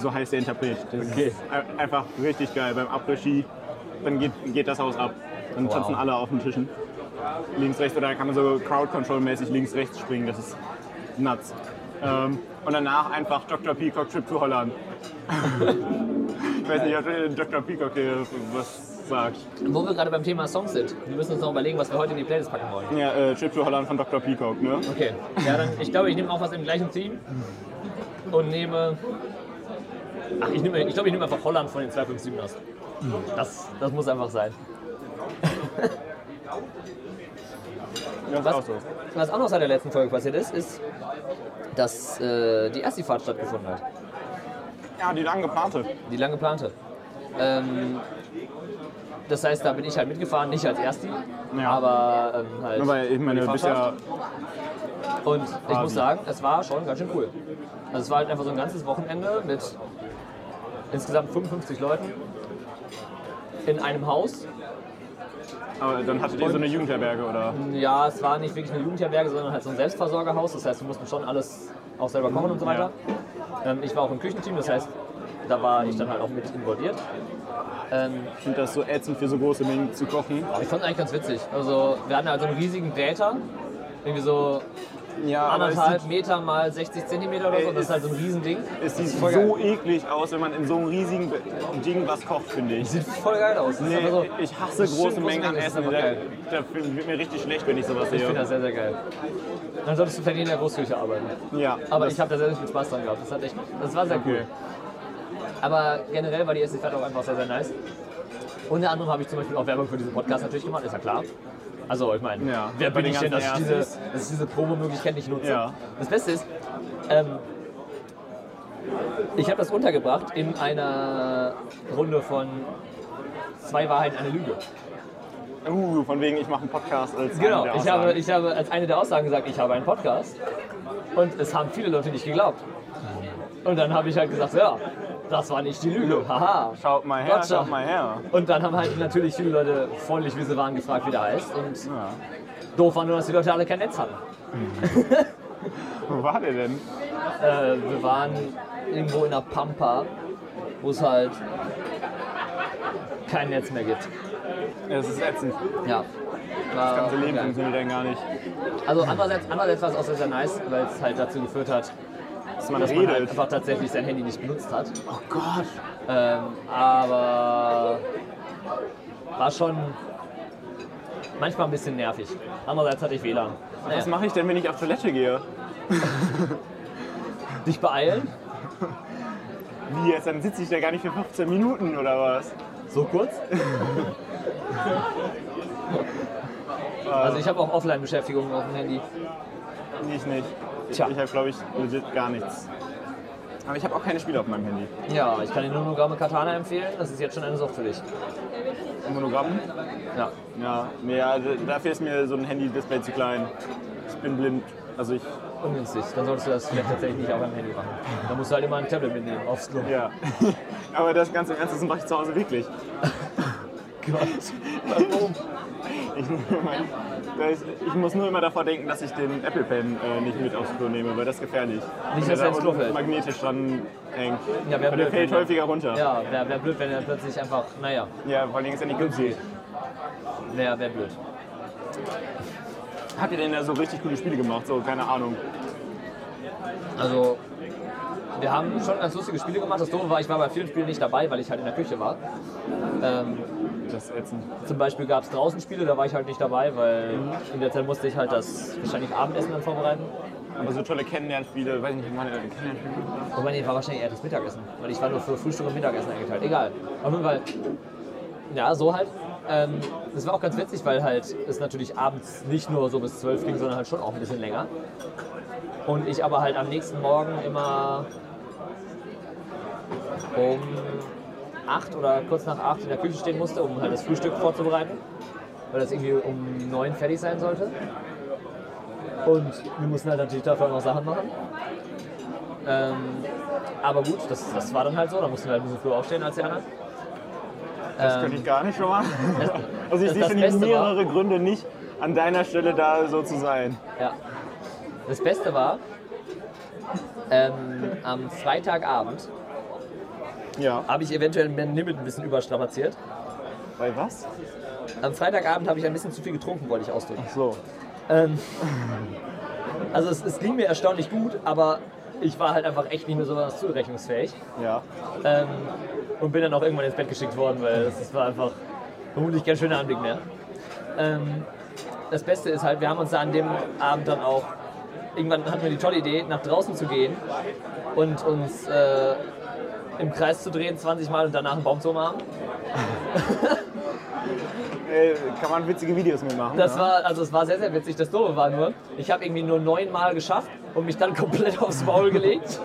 Speaker 1: so heißt der Interpret. Das
Speaker 2: Okay.
Speaker 1: ist ein- einfach richtig geil beim Après-Ski. Dann geht, geht das Haus ab. Dann
Speaker 2: Wow.
Speaker 1: tanzen alle auf den Tischen. Links, rechts oder da kann man so Crowd-Control-mäßig links, rechts springen. Das ist nuts. Ähm, und danach einfach Dr. Peacock Trip to Holland. ich weiß nicht, ob äh, Dr. Peacock dir was sagt.
Speaker 2: Wo wir gerade beim Thema Songs sind. Wir müssen uns noch überlegen, was wir heute in die Playlist packen wollen.
Speaker 1: Ja, äh, Trip to Holland von Dr. Peacock, ne?
Speaker 2: Okay. Ja, dann, ich glaube, ich nehme auch was im gleichen Team und nehme. Ach, ich nehme, ich glaube, ich nehme einfach Holland von den 257ers. Das, das muss einfach sein.
Speaker 1: Das ist
Speaker 2: Was-
Speaker 1: auch so.
Speaker 2: Was auch noch seit der letzten Folge passiert ist, ist, dass äh, die erste Fahrt stattgefunden hat.
Speaker 1: Ja, die lang geplante.
Speaker 2: Die lang geplante. Ähm, das heißt, da bin ich halt mitgefahren, nicht als Erste,
Speaker 1: Ja.
Speaker 2: aber ähm, halt.
Speaker 1: Aber ich meine,
Speaker 2: die
Speaker 1: du bist ja
Speaker 2: Fahrschaft. Und ich
Speaker 1: Quasi.
Speaker 2: muss sagen, es war schon ganz schön cool. Also es war halt einfach so ein ganzes Wochenende mit insgesamt 55 Leuten in einem Haus.
Speaker 1: Aber dann hattet ihr so eine Jugendherberge oder?
Speaker 2: Ja, es war nicht wirklich eine Jugendherberge, sondern halt so ein Selbstversorgerhaus. Das heißt, wir mussten schon alles auch selber kochen und so weiter. Ähm, ich war auch im Küchenteam, das heißt, da war ich dann halt auch mit involviert. Ähm,
Speaker 1: Ich finde das so ätzend für so große Mengen zu kochen.
Speaker 2: aber ich fand es eigentlich ganz witzig. Also wir hatten halt so einen riesigen Däter, irgendwie so
Speaker 1: Ja,
Speaker 2: anderthalb Meter mal 60 Zentimeter oder so.
Speaker 1: Ey,
Speaker 2: Das ist halt so ein Riesending.
Speaker 1: Es sieht
Speaker 2: voll geil.
Speaker 1: so eklig aus, wenn man in so einem riesigen Ding was kocht, finde ich.
Speaker 2: Sieht voll geil aus. Das ist
Speaker 1: Nee,
Speaker 2: einfach so-
Speaker 1: ich hasse
Speaker 2: das ist
Speaker 1: große
Speaker 2: schön
Speaker 1: Mengen an
Speaker 2: das ist
Speaker 1: Essen.
Speaker 2: einfach
Speaker 1: Da,
Speaker 2: geil.
Speaker 1: da wird mir richtig schlecht, wenn ich sowas
Speaker 2: Ich finde
Speaker 1: sehe.
Speaker 2: das sehr, sehr geil. Dann solltest du vielleicht in der Großküche arbeiten.
Speaker 1: Ja,
Speaker 2: Aber
Speaker 1: das-
Speaker 2: ich habe da sehr, sehr viel Spaß dran gehabt. Das, hat echt, das war sehr cool.
Speaker 1: Okay.
Speaker 2: Aber generell war die erste Fahrt auch einfach sehr, sehr nice. Unter anderem habe ich zum Beispiel auch Werbung für diesen Podcast natürlich gemacht, ist ja klar. Also ich meine,
Speaker 1: Ja,
Speaker 2: wer
Speaker 1: bei
Speaker 2: bin
Speaker 1: den
Speaker 2: ich denn, dass ich,
Speaker 1: ganzen
Speaker 2: diese,
Speaker 1: Erstes.
Speaker 2: dass ich diese Promo-Möglichkeit nicht nutze?
Speaker 1: Ja.
Speaker 2: Das Beste ist, ähm, ich habe das untergebracht in einer Runde von zwei Wahrheiten, eine Lüge.
Speaker 1: uh, von wegen, ich mache einen Podcast als
Speaker 2: Genau,
Speaker 1: eine der
Speaker 2: ich habe,
Speaker 1: Aussagen.
Speaker 2: ich habe als eine der Aussagen gesagt, ich habe einen Podcast. Und es haben viele Leute nicht geglaubt. Und dann habe ich halt gesagt, ja, das war nicht die Lüge. Haha.
Speaker 1: Schaut mal her,
Speaker 2: Gotcha.
Speaker 1: schaut mal her.
Speaker 2: Und dann haben halt natürlich viele Leute freundlich, wie sie waren, gefragt, wie der heißt. Und doof war nur, dass die Leute alle kein Netz hatten.
Speaker 1: Wo war der denn?
Speaker 2: Äh, wir waren irgendwo in der Pampa, wo es halt kein Netz mehr gibt.
Speaker 1: Es ist ätzend.
Speaker 2: Ja. War
Speaker 1: Das ganze Leben
Speaker 2: geil.
Speaker 1: funktioniert dann gar nicht.
Speaker 2: Also andererseits, andererseits war es auch sehr, sehr nice, weil es halt dazu geführt hat,
Speaker 1: Dass man
Speaker 2: dass man halt
Speaker 1: redet.
Speaker 2: einfach tatsächlich sein Handy nicht benutzt hat.
Speaker 1: oh Gott.
Speaker 2: Ähm, aber war schon manchmal ein bisschen nervig. Andererseits hatte ich WLAN.
Speaker 1: Was
Speaker 2: Naja,
Speaker 1: mache ich denn, wenn ich auf Toilette gehe?
Speaker 2: dich beeilen?
Speaker 1: Wie jetzt? Dann sitze ich da gar nicht für 15 Minuten oder was?
Speaker 2: So kurz? also ich habe auch Offline-Beschäftigungen auf dem Handy.
Speaker 1: Ich nicht.
Speaker 2: Tja.
Speaker 1: Ich habe, glaube ich, legit gar nichts. Aber ich habe auch keine Spiele auf meinem Handy.
Speaker 2: Ja, ich kann dir nur Monogramme Katana empfehlen. Das ist jetzt schon eine Sucht für dich.
Speaker 1: Monogramm?
Speaker 2: Ja.
Speaker 1: Ja, nee, also dafür ist mir so ein Handy-Display zu klein. Ich bin blind. Also ich,
Speaker 2: Ungünstig. Dann solltest du das vielleicht tatsächlich nicht auf deinem Handy machen. Dann musst du halt immer ein Tablet mitnehmen aufs Klo.
Speaker 1: ja. Aber das ganz im Ernst, das mache ich zu Hause wirklich.
Speaker 2: Gott.
Speaker 1: Ich, mein, da ist- ich muss nur immer davor denken, dass ich den Apple Pen äh, nicht mit aufs Klo nehme, weil das ist gefährlich.
Speaker 2: Nicht,
Speaker 1: Weil
Speaker 2: dass
Speaker 1: da
Speaker 2: er ins Klo
Speaker 1: unten
Speaker 2: fällt.
Speaker 1: magnetisch dran hängt.
Speaker 2: Ja, wer
Speaker 1: Und der
Speaker 2: blöd,
Speaker 1: fällt
Speaker 2: wenn-
Speaker 1: häufiger runter.
Speaker 2: Ja, wäre wär blöd, wenn er plötzlich einfach, naja,
Speaker 1: Ja, vor allem ist er nicht günstig.
Speaker 2: günstig. Wäre wär blöd.
Speaker 1: Habt ihr denn da so richtig coole Spiele gemacht? So, keine Ahnung.
Speaker 2: Also, wir haben schon ganz lustige Spiele gemacht. Das Doofe war, ich war bei vielen Spielen nicht dabei, weil ich halt in der Küche war. Ähm,
Speaker 1: Das ist ätzend.
Speaker 2: zum Beispiel gab es draußen Spiele, da war ich halt nicht dabei, weil in der Zeit musste ich halt das wahrscheinlich Abendessen dann vorbereiten.
Speaker 1: Aber so tolle Kennenlernspiele, weiß nicht, äh, meine Kennenlernspiele.
Speaker 2: Wobei, nee, war wahrscheinlich eher das Mittagessen, weil ich war nur für Frühstück und Mittagessen eingeteilt. Egal. Auf jeden Fall, ja, so halt. Ähm, das war auch ganz witzig, weil halt es natürlich abends nicht nur so bis 12 ging, sondern halt schon auch ein bisschen länger. Und ich aber halt am nächsten Morgen immer um 8 oder kurz nach 8 in der Küche stehen musste, um halt das Frühstück vorzubereiten, weil das irgendwie um 9 fertig sein sollte. Und wir mussten halt natürlich dafür noch Sachen machen. Ähm, aber gut, das, das war dann halt so. Da mussten wir halt ein bisschen früher aufstehen als die anderen.
Speaker 1: Das könnte ich gar nicht schon mal. Also ich
Speaker 2: Ähm, das-
Speaker 1: sehe
Speaker 2: das
Speaker 1: schon
Speaker 2: Beste
Speaker 1: mehrere Gründe nicht, an deiner Stelle da so zu sein.
Speaker 2: Ja. Das Beste war, ähm, am Freitagabend
Speaker 1: Ja.
Speaker 2: habe ich eventuell mein Limit ein bisschen überstrapaziert.
Speaker 1: Bei was?
Speaker 2: Am Freitagabend habe ich ein bisschen zu viel getrunken, wollte ich ausdrücken.
Speaker 1: So.
Speaker 2: Ähm, also es, es ging mir erstaunlich gut, aber ich war halt einfach echt nicht mehr so was zurechnungsfähig.
Speaker 1: Ja.
Speaker 2: Ähm, und bin dann auch irgendwann ins Bett geschickt worden, weil das, das war einfach vermutlich kein schöner Anblick mehr. Ähm, das Beste ist halt, wir haben uns da an dem Abend dann auch, irgendwann hatten wir die tolle Idee, nach draußen zu gehen und uns äh, im Kreis zu drehen 20 Mal und danach einen Baum zu umarmen.
Speaker 1: Äh, kann man witzige Videos mitmachen.
Speaker 2: Das
Speaker 1: ja?
Speaker 2: war, also es war sehr, sehr witzig. Das Doofe war nur, ich habe irgendwie nur neunmal geschafft und mich dann komplett aufs Maul gelegt.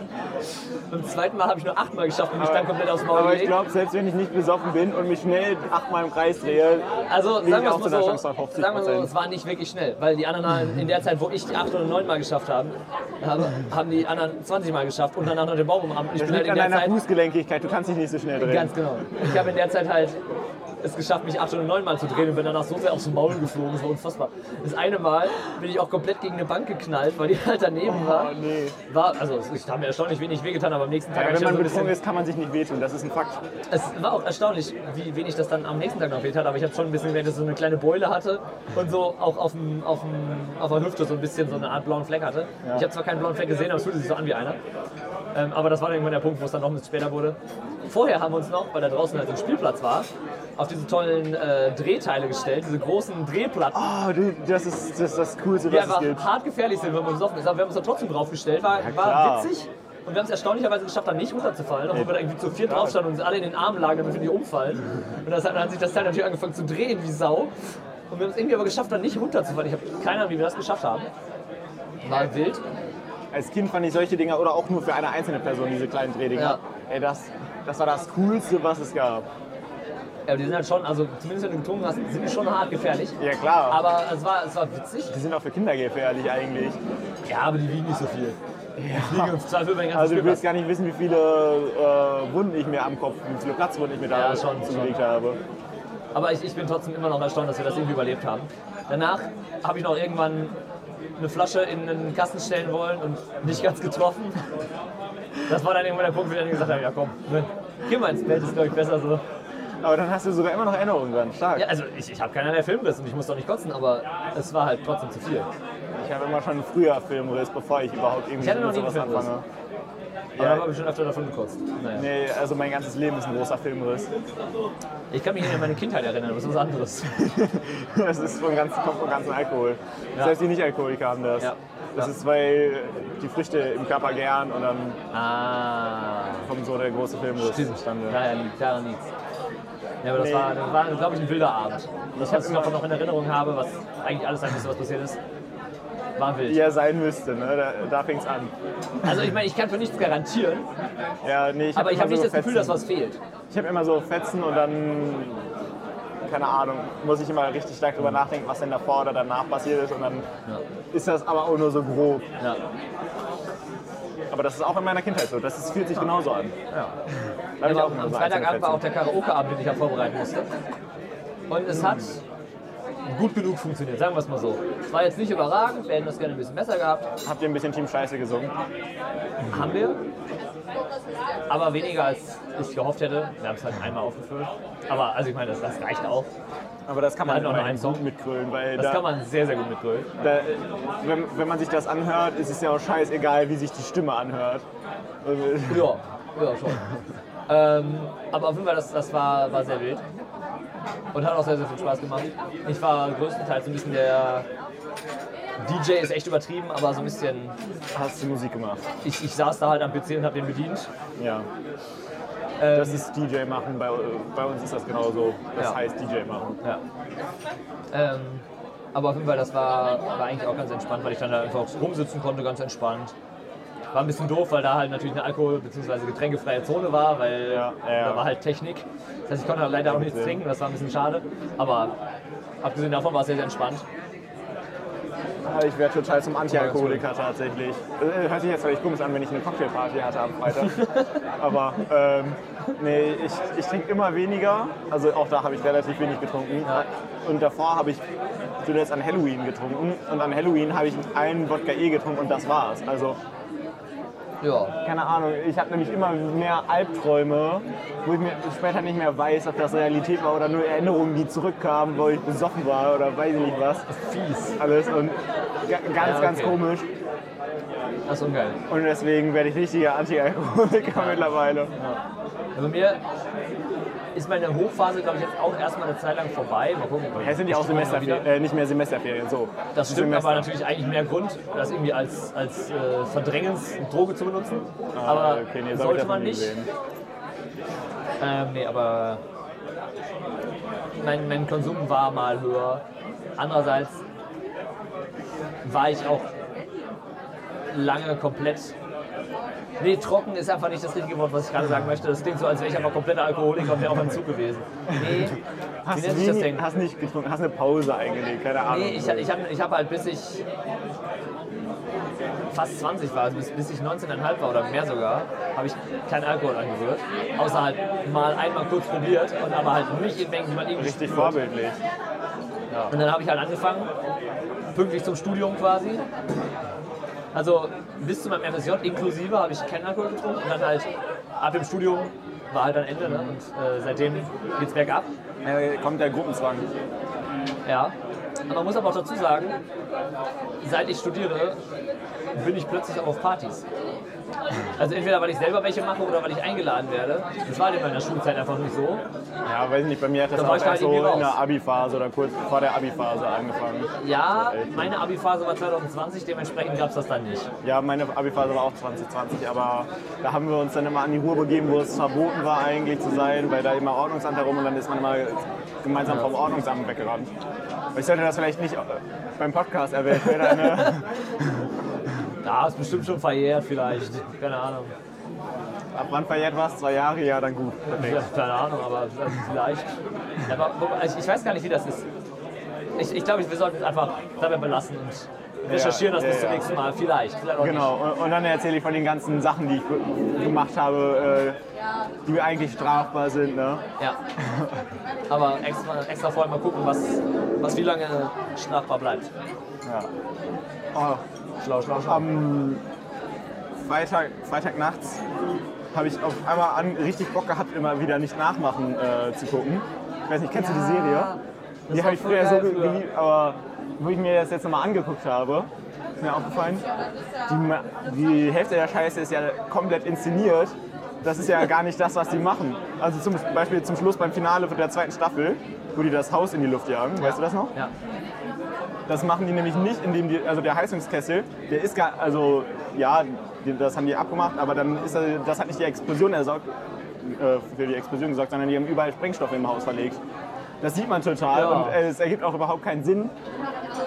Speaker 2: Beim zweiten Mal habe ich nur achtmal geschafft und mich dann komplett aufs Maul
Speaker 1: Aber ich
Speaker 2: gelegt.
Speaker 1: glaube, selbst wenn ich nicht besoffen bin und mich schnell achtmal im Kreis drehe,
Speaker 2: Also
Speaker 1: liege
Speaker 2: sagen
Speaker 1: ich
Speaker 2: wir
Speaker 1: auch
Speaker 2: es mal
Speaker 1: zu einer
Speaker 2: so,
Speaker 1: Chance von 50
Speaker 2: sagen wir so, es war nicht wirklich schnell, weil die anderen halt in der Zeit, wo ich die 8 oder 9 Mal geschafft habe, habe haben die anderen 20 Mal geschafft und danach noch den Baum umarmt. Und Ich
Speaker 1: Das
Speaker 2: bin halt
Speaker 1: liegt
Speaker 2: in
Speaker 1: an
Speaker 2: der
Speaker 1: deiner
Speaker 2: Zeit,
Speaker 1: Fußgelenkigkeit, du kannst dich nicht so schnell drehen.
Speaker 2: ganz genau, ich habe in der Zeit halt es geschafft, mich 8 oder 9 Mal zu drehen und bin danach so sehr aufs Maul geflogen, das war unfassbar. Das eine Mal bin ich auch komplett gegen eine Bank geknallt, weil die halt daneben war.
Speaker 1: Oh, nee.
Speaker 2: War, also ich habe mir erstaunlich wenig wehgetan, aber am nächsten Tag
Speaker 1: Ja,
Speaker 2: hab ich
Speaker 1: wenn
Speaker 2: ja
Speaker 1: man
Speaker 2: so ein
Speaker 1: betrunken
Speaker 2: bisschen,
Speaker 1: ist, kann man sich nicht wehtun, das ist ein Fakt.
Speaker 2: Es war auch erstaunlich, wie wenig das dann am nächsten Tag noch wehtat, aber ich habe schon ein bisschen gemerkt, dass ich so eine kleine Beule hatte und so auch auf, dem, auf, dem, auf der Hüfte so ein bisschen so eine Art blauen Fleck hatte. Ich habe zwar keinen blauen Fleck gesehen, aber es fühlte sich so an wie einer. Ähm, aber das war dann irgendwann der Punkt, wo es dann noch ein bisschen später wurde. Vorher haben wir uns noch, weil da draußen halt so ein Spielplatz war, auf diese tollen äh, Drehteile gestellt, diese großen Drehplatten.
Speaker 1: Oh, du, das ist das, ist das Coolste,
Speaker 2: die
Speaker 1: was es
Speaker 2: einfach
Speaker 1: gibt.
Speaker 2: hart gefährlich sind, wenn man besoffen ist. Aber wir haben uns da trotzdem draufgestellt, war, war
Speaker 1: klar.
Speaker 2: witzig. Und wir haben es erstaunlicherweise geschafft, da nicht runterzufallen, obwohl wir da irgendwie zu viert
Speaker 1: klar.
Speaker 2: drauf standen und uns alle in den Armen lagen, damit wir nicht umfallen. Und das hat, dann hat sich das Teil natürlich angefangen zu drehen wie Sau. Und wir haben es irgendwie aber geschafft, da nicht runterzufallen. Ich habe keine Ahnung, wie wir das geschafft haben. War wild.
Speaker 1: Als Kind fand ich solche Dinger, oder auch nur für eine einzelne Person, diese kleinen Drehdinger.
Speaker 2: Ja.
Speaker 1: Ey, das, das war das Coolste, was es gab.
Speaker 2: aber die sind halt schon, also zumindest wenn du getrunken hast, sind die schon hart gefährlich.
Speaker 1: Ja, klar.
Speaker 2: Aber es war, es war witzig.
Speaker 1: Die sind auch für Kinder gefährlich eigentlich.
Speaker 2: Ja, aber die wiegen nicht so viel. Die wiegen im Zweifel über den ganzen
Speaker 1: Also du
Speaker 2: Spielplatz.
Speaker 1: willst gar nicht wissen, wie viele äh, Wunden ich mir am Kopf, wie viele Platzwunden ich mir da
Speaker 2: Ja, schon,
Speaker 1: zugelegt habe.
Speaker 2: Aber ich, ich bin trotzdem immer noch erstaunt, dass wir das irgendwie überlebt haben. Danach habe ich noch irgendwann eine Flasche in einen Kasten stellen wollen und nicht ganz getroffen. Das war dann irgendwann der Punkt, wo ich dann gesagt habe, ja komm, ne, geh mal ins Bett, ist glaube ich besser so.
Speaker 1: Aber dann hast du sogar immer noch Erinnerungen dran. Stark.
Speaker 2: Ja, also ich, ich habe keinerlei Filmriss und ich muss doch nicht kotzen, aber es war halt trotzdem zu viel.
Speaker 1: Ich habe immer schon früher Filmriss, bevor ich überhaupt irgendwie
Speaker 2: Ich hatte noch
Speaker 1: mit
Speaker 2: nie einen
Speaker 1: sowas
Speaker 2: Filmriss.
Speaker 1: anfange.
Speaker 2: Aber
Speaker 1: Ja,
Speaker 2: da habe ich schon öfter davon gekotzt. Naja.
Speaker 1: nee, also mein ganzes Leben ist ein großer Filmriss.
Speaker 2: Ich kann mich nicht an meine Kindheit erinnern, aber es ist was anderes.
Speaker 1: Das ist vom ganzen, kommt vom ganzen Alkohol.
Speaker 2: Ja.
Speaker 1: Selbst die Nicht-Alkoholiker haben das.
Speaker 2: Ja.
Speaker 1: Das
Speaker 2: Ja.
Speaker 1: ist, weil die Früchte im Körper gären und dann
Speaker 2: Ah,
Speaker 1: kommt so der große Filmriss
Speaker 2: stimmt.
Speaker 1: zustande.
Speaker 2: Daher liegt, daran liegt's. Ja, aber das
Speaker 1: Nee.
Speaker 2: war, das war glaube ich, ein wilder Abend. Das, was ich
Speaker 1: immer-
Speaker 2: davon noch in Erinnerung habe, was eigentlich alles sein müsste, was passiert ist, war wild.
Speaker 1: Wie er sein müsste, ne? da, da fängt's an.
Speaker 2: Also ich meine, ich kann für nichts garantieren,
Speaker 1: Ja, nee, ich hab
Speaker 2: aber ich
Speaker 1: immer
Speaker 2: habe nicht
Speaker 1: so
Speaker 2: das Gefühl,
Speaker 1: Fetzen.
Speaker 2: dass was fehlt.
Speaker 1: Ich habe immer so Fetzen und dann, keine Ahnung, muss ich immer richtig stark drüber nachdenken, was denn davor oder danach passiert ist. Und dann
Speaker 2: Ja.
Speaker 1: ist das aber auch nur so grob.
Speaker 2: Ja.
Speaker 1: Aber das ist auch in meiner Kindheit so. Das ist, fühlt sich genauso an. Da hab ich
Speaker 2: Aber
Speaker 1: auch immer
Speaker 2: am
Speaker 1: so
Speaker 2: Freitagabend
Speaker 1: einzelne
Speaker 2: war auch
Speaker 1: Fetzen.
Speaker 2: der Karaoke-Abend, den ich ja vorbereiten musste. Und es hat gut genug funktioniert, sagen wir es mal so. Es war jetzt nicht überragend, wir hätten das gerne ein bisschen besser gehabt.
Speaker 1: Habt ihr ein bisschen Team Scheiße gesungen?
Speaker 2: Haben wir. Aber weniger als ich gehofft hätte. Wir haben es halt einmal aufgefüllt. Aber also ich meine, das, das reicht auch.
Speaker 1: Aber das kann man
Speaker 2: Nein, noch
Speaker 1: immerhin
Speaker 2: einen Song.
Speaker 1: gut mitgrölen, weil
Speaker 2: Das
Speaker 1: da,
Speaker 2: kann man sehr, sehr gut mitgrölen.
Speaker 1: da, wenn, wenn man sich das anhört, ist es ja auch scheißegal, wie sich die Stimme anhört. Also,
Speaker 2: Ja, ja schon. ähm, aber auf jeden Fall, das, das war, war sehr wild. Und hat auch sehr, sehr viel Spaß gemacht. Ich war größtenteils so ein bisschen der DJ ist echt übertrieben, aber so ein bisschen.
Speaker 1: Hast du Musik gemacht?
Speaker 2: Ich, ich saß da halt am PC und habe den bedient.
Speaker 1: Ja.
Speaker 2: Ähm,
Speaker 1: Das ist DJ machen. Bei, bei uns ist das genauso. Das
Speaker 2: Ja.
Speaker 1: heißt DJ machen.
Speaker 2: Ja. Ähm, aber auf jeden Fall, das war, war eigentlich auch ganz entspannt, weil ich dann da einfach rumsitzen konnte, ganz entspannt. War ein bisschen doof, weil da halt natürlich eine Alkohol- bzw. getränkefreie Zone war, weil
Speaker 1: Ja, ja.
Speaker 2: da war halt Technik. Das heißt, ich konnte halt leider auch nichts
Speaker 1: Sinn.
Speaker 2: trinken, das war ein bisschen schade. Aber abgesehen davon war es sehr, sehr entspannt.
Speaker 1: Ah, Ich wäre total zum Anti-Alkoholiker tatsächlich. Äh, Hört sich jetzt vielleicht komisch an, wenn ich eine Cocktailparty hatte am Freitag. Aber ähm, nee, ich, ich trinke immer weniger. Also auch da habe ich relativ wenig getrunken.
Speaker 2: Ja.
Speaker 1: Und davor habe ich zuletzt an Halloween getrunken. Und an Halloween habe ich einen Wodka E getrunken und das war's. Also
Speaker 2: Ja,
Speaker 1: keine Ahnung, ich habe nämlich immer mehr Albträume, wo ich mir später nicht mehr weiß, ob das Realität war oder nur Erinnerungen, die zurückkamen, wo ich besoffen war oder weiß ich nicht was.
Speaker 2: fies.
Speaker 1: Alles und ga- ganz,
Speaker 2: Ja,
Speaker 1: ganz
Speaker 2: okay.
Speaker 1: komisch.
Speaker 2: Das ist ungeil.
Speaker 1: Und deswegen werde ich richtiger Anti-Alkoholiker mittlerweile.
Speaker 2: Also bei mir ist meine Hochphase, glaube ich, jetzt auch erstmal eine Zeit lang vorbei. Mal gucken.
Speaker 1: Es sind ja auch
Speaker 2: vielleicht wieder-
Speaker 1: Semesterferien, äh, nicht mehr Semesterferien, so.
Speaker 2: Das stimmt,
Speaker 1: Semester.
Speaker 2: aber natürlich eigentlich mehr Grund, das irgendwie als, als äh, Verdrängensdroge zu benutzen.
Speaker 1: Ah,
Speaker 2: aber
Speaker 1: okay, nee, so hab ich
Speaker 2: sollte
Speaker 1: das noch
Speaker 2: man
Speaker 1: nie
Speaker 2: nicht.
Speaker 1: gesehen.
Speaker 2: Ähm, nee, aber mein, mein Konsum war mal höher. Andererseits war ich auch lange komplett. Nee, trocken ist einfach nicht das richtige Wort, was ich gerade sagen möchte. Das klingt so, als wäre ich einfach kompletter Alkoholiker und wäre auf einem Zug gewesen. Nee, wie
Speaker 1: Hast,
Speaker 2: nennt sich das
Speaker 1: nie,
Speaker 2: denn?
Speaker 1: hast nicht getrunken, hast eine Pause eingelegt, keine Ahnung.
Speaker 2: Nee, ich, ich habe ich hab halt bis ich fast 20 war, also bis, bis ich 19,5 war oder mehr sogar, habe ich keinen Alkohol angerührt. Außer halt mal einmal kurz probiert und aber halt nicht in Mengen, die man irgendwie
Speaker 1: Richtig
Speaker 2: spürt.
Speaker 1: vorbildlich.
Speaker 2: Und dann habe ich halt angefangen, pünktlich zum Studium quasi. Also bis zu meinem FSJ inklusive habe ich keinen Alkohol getrunken und dann halt ab dem Studium war halt dann Ende ne? und äh, seitdem geht's bergab.
Speaker 1: Äh, kommt der Gruppenzwang.
Speaker 2: Ja. Aber man muss aber auch dazu sagen, seit ich studiere, bin ich plötzlich auch auf Partys. Also entweder weil ich selber welche mache oder weil ich eingeladen werde. Das war in meiner Schulzeit einfach nicht so.
Speaker 1: Ja, weiß nicht, bei mir hat das
Speaker 2: Da
Speaker 1: auch
Speaker 2: war ich
Speaker 1: erst
Speaker 2: halt
Speaker 1: so
Speaker 2: irgendwie
Speaker 1: in der
Speaker 2: raus.
Speaker 1: Abi-Phase oder kurz vor der Abi-Phase angefangen.
Speaker 2: Ja, meine Abi-Phase war 2020, dementsprechend gab es das dann nicht.
Speaker 1: Ja, meine Abi-Phase war auch 2020, aber da haben wir uns dann immer an die Ruhr begeben, wo es verboten war eigentlich zu sein, weil da immer Ordnungsamt herum und dann ist man immer gemeinsam vom Ordnungsamt weggerannt. Ich sollte das vielleicht nicht äh, beim Podcast erwähnen. Wäre da eine-
Speaker 2: Ja, ist bestimmt schon verjährt vielleicht. Keine Ahnung.
Speaker 1: Ab wann verjährt was? Zwei Jahre, ja, dann gut.
Speaker 2: Ja, keine Ahnung, aber also vielleicht. Aber wobei, ich, ich weiß gar nicht, wie das ist. Ich, ich glaube, wir sollten es einfach dabei belassen und recherchieren das
Speaker 1: ja,
Speaker 2: bis zum
Speaker 1: ja.
Speaker 2: nächsten Mal. Vielleicht, vielleicht auch
Speaker 1: Genau, und- und dann erzähle ich von den ganzen Sachen, die ich ge- gemacht habe, äh, die eigentlich strafbar sind. Ne?
Speaker 2: nicht. Ja. Aber extra, extra vorher mal gucken, was, was wie lange strafbar bleibt.
Speaker 1: Oh, Ähm,
Speaker 2: Schlau, schlau, schlau.
Speaker 1: Freitag, Freitagnachts habe ich auf einmal an, richtig Bock gehabt, immer wieder nicht nachmachen äh, zu gucken. Ich weiß nicht, kennst du die Serie? Die
Speaker 2: war
Speaker 1: habe ich
Speaker 2: voll
Speaker 1: früher so
Speaker 2: geil
Speaker 1: ge-
Speaker 2: früher.
Speaker 1: geliebt, aber wo ich mir das jetzt nochmal angeguckt habe, ist mir aufgefallen, die, Ma- die Hälfte der Scheiße ist ja komplett inszeniert. Das ist ja gar nicht das, was die machen. Also zum Beispiel zum Schluss beim Finale von der zweiten Staffel, wo die das Haus in die Luft jagen, weißt du das noch?
Speaker 2: Ja.
Speaker 1: Das machen die nämlich nicht, indem die, also der Heizungskessel, der ist gar, also ja, die- das haben die abgemacht, aber dann ist er, das hat nicht die Explosion ersorgt, äh, für die Explosion gesorgt, sondern die haben überall Sprengstoff im Haus verlegt. Das sieht man total
Speaker 2: Ja.
Speaker 1: und äh, es ergibt auch überhaupt keinen Sinn.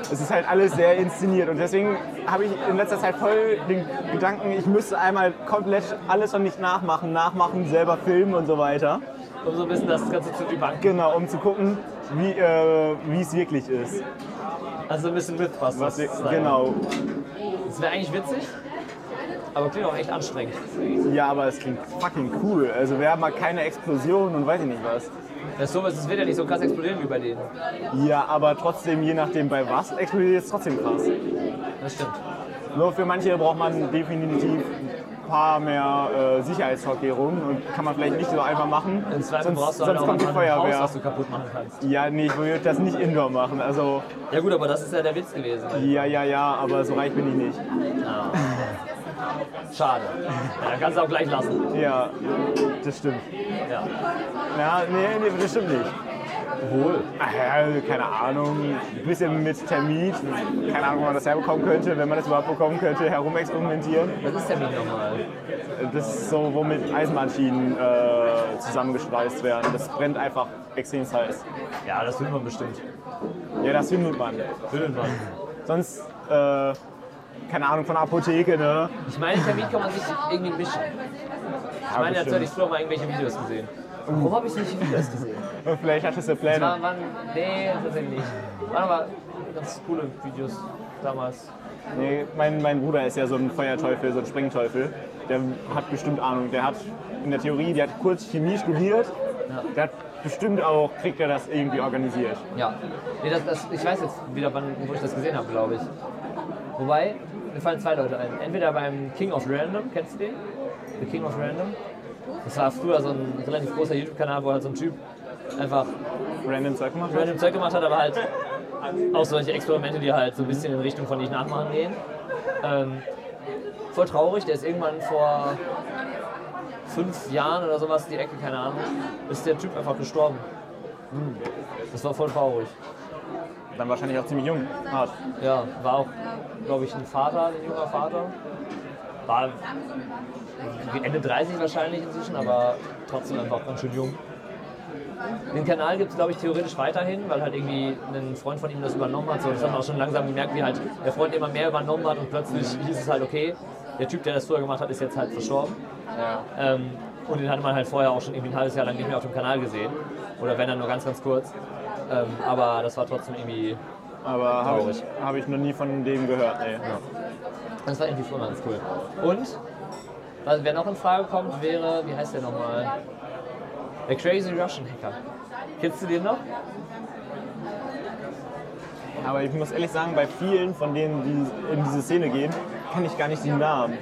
Speaker 1: Es ist halt alles sehr inszeniert und deswegen habe ich in letzter Zeit voll den Gedanken, ich müsste einmal komplett alles und nicht nachmachen, nachmachen, selber filmen und so weiter.
Speaker 2: Um so ein bisschen das Ganze zu debunken.
Speaker 1: Genau, um zu gucken, wie äh, wie es wirklich ist.
Speaker 2: Also ein bisschen Mythbusters.
Speaker 1: Was wir,
Speaker 2: sein.
Speaker 1: genau.
Speaker 2: Das wäre eigentlich witzig, aber klingt auch echt anstrengend.
Speaker 1: Ja, aber es klingt fucking cool. Also wir haben mal keine Explosion und weiß ich nicht was.
Speaker 2: Das so es wird ja nicht so krass explodieren wie bei denen.
Speaker 1: Ja, aber trotzdem, je nachdem bei was, explodiert es trotzdem krass.
Speaker 2: Das stimmt.
Speaker 1: Nur für manche braucht man definitiv ein paar mehr äh, Sicherheitsvorkehrungen und kann man vielleicht nicht so einfach machen.
Speaker 2: Im Zweifel
Speaker 1: sonst
Speaker 2: brauchst du halt
Speaker 1: sonst
Speaker 2: auch
Speaker 1: kommt die
Speaker 2: einfach ein Haus,
Speaker 1: Feuerwehr.
Speaker 2: das du kaputt machen kannst.
Speaker 1: Ja, nee, ich würde das nicht indoor machen. Also
Speaker 2: Ja gut, aber das ist ja der Witz gewesen.
Speaker 1: ja, ja, ja, aber so reich bin ich nicht.
Speaker 2: Schade. Ja, dann kannst du auch gleich lassen.
Speaker 1: Ja, das stimmt.
Speaker 2: Ja.
Speaker 1: Ja, nee, nee, das stimmt nicht.
Speaker 2: Wohl.
Speaker 1: Ach ja, keine Ahnung, ein bisschen mit Termit, keine Ahnung, wo man das herbekommen könnte, wenn man das überhaupt bekommen könnte, herumexperimentieren.
Speaker 2: Was ist der Meme nochmal?
Speaker 1: Das ist so, womit Eisenbahnschienen äh, zusammengeschweißt werden. Das brennt einfach extrem heiß.
Speaker 2: Ja, das findet man bestimmt.
Speaker 1: Ja, das findet man.
Speaker 2: Findet man.
Speaker 1: Sonst, äh, keine Ahnung, von der Apotheke, ne?
Speaker 2: Ich meine, Termin kann man sich irgendwie mischen. Ich meine, dazu hatte ich früher mal irgendwelche Videos gesehen. Genau. Warum habe ich nicht Videos gesehen?
Speaker 1: Und vielleicht hattest du
Speaker 2: Das
Speaker 1: Pläne.
Speaker 2: waren, waren nee, tatsächlich nicht. Waren aber ganz coole Videos damals.
Speaker 1: Nee, mein, mein Bruder ist ja so ein Feuerteufel, so ein Sprengteufel. Der hat bestimmt Ahnung. Der hat in der Theorie, der hat kurz Chemie studiert.
Speaker 2: Ja.
Speaker 1: Der hat bestimmt auch, kriegt er das irgendwie organisiert.
Speaker 2: Ja. Nee, das, das, ich weiß jetzt wieder, wann, wo ich das gesehen habe, glaube ich. Wobei, mir fallen zwei Leute ein. Entweder beim King of Random, kennst du den? The King of Random. Das war früher so ein relativ großer YouTube-Kanal, wo halt so ein Typ einfach
Speaker 1: Random Zeug gemacht?
Speaker 2: random Zeug gemacht hat, aber halt auch solche Experimente, die halt so ein bisschen in Richtung von nicht nachmachen gehen. Ähm, voll traurig, der ist irgendwann vor fünf Jahren oder sowas, die Ecke, keine Ahnung, ist der Typ einfach gestorben. Hm. Das war voll traurig.
Speaker 1: Dann wahrscheinlich auch ziemlich jung. Hart.
Speaker 2: Ja, war auch, glaube ich, ein Vater, ein junger Vater. War Ende 30 wahrscheinlich inzwischen, aber trotzdem einfach ganz schön jung. Den Kanal gibt es, glaube ich, theoretisch weiterhin, weil halt irgendwie ein Freund von ihm das übernommen hat. So, das haben wir auch schon langsam gemerkt, wie halt der Freund immer mehr übernommen hat und plötzlich hieß es halt, okay, der Typ, der das früher gemacht hat, ist jetzt halt verstorben. Ähm, und den hatte man halt vorher auch schon irgendwie ein halbes Jahr lang nicht mehr auf dem Kanal gesehen. Oder wenn dann nur ganz, ganz kurz. Ähm, aber das war trotzdem irgendwie
Speaker 1: Aber habe ich,
Speaker 2: Traurig.
Speaker 1: hab ich noch nie von dem gehört. Nee.
Speaker 2: Das war irgendwie schon ganz cool. Und, was, wer noch in Frage kommt, wäre, wie heißt der nochmal? Der Crazy Russian Hacker. Kennst du den noch?
Speaker 1: Aber ich muss ehrlich sagen, bei vielen von denen, die in diese Szene gehen, kenne ich gar nicht die Namen.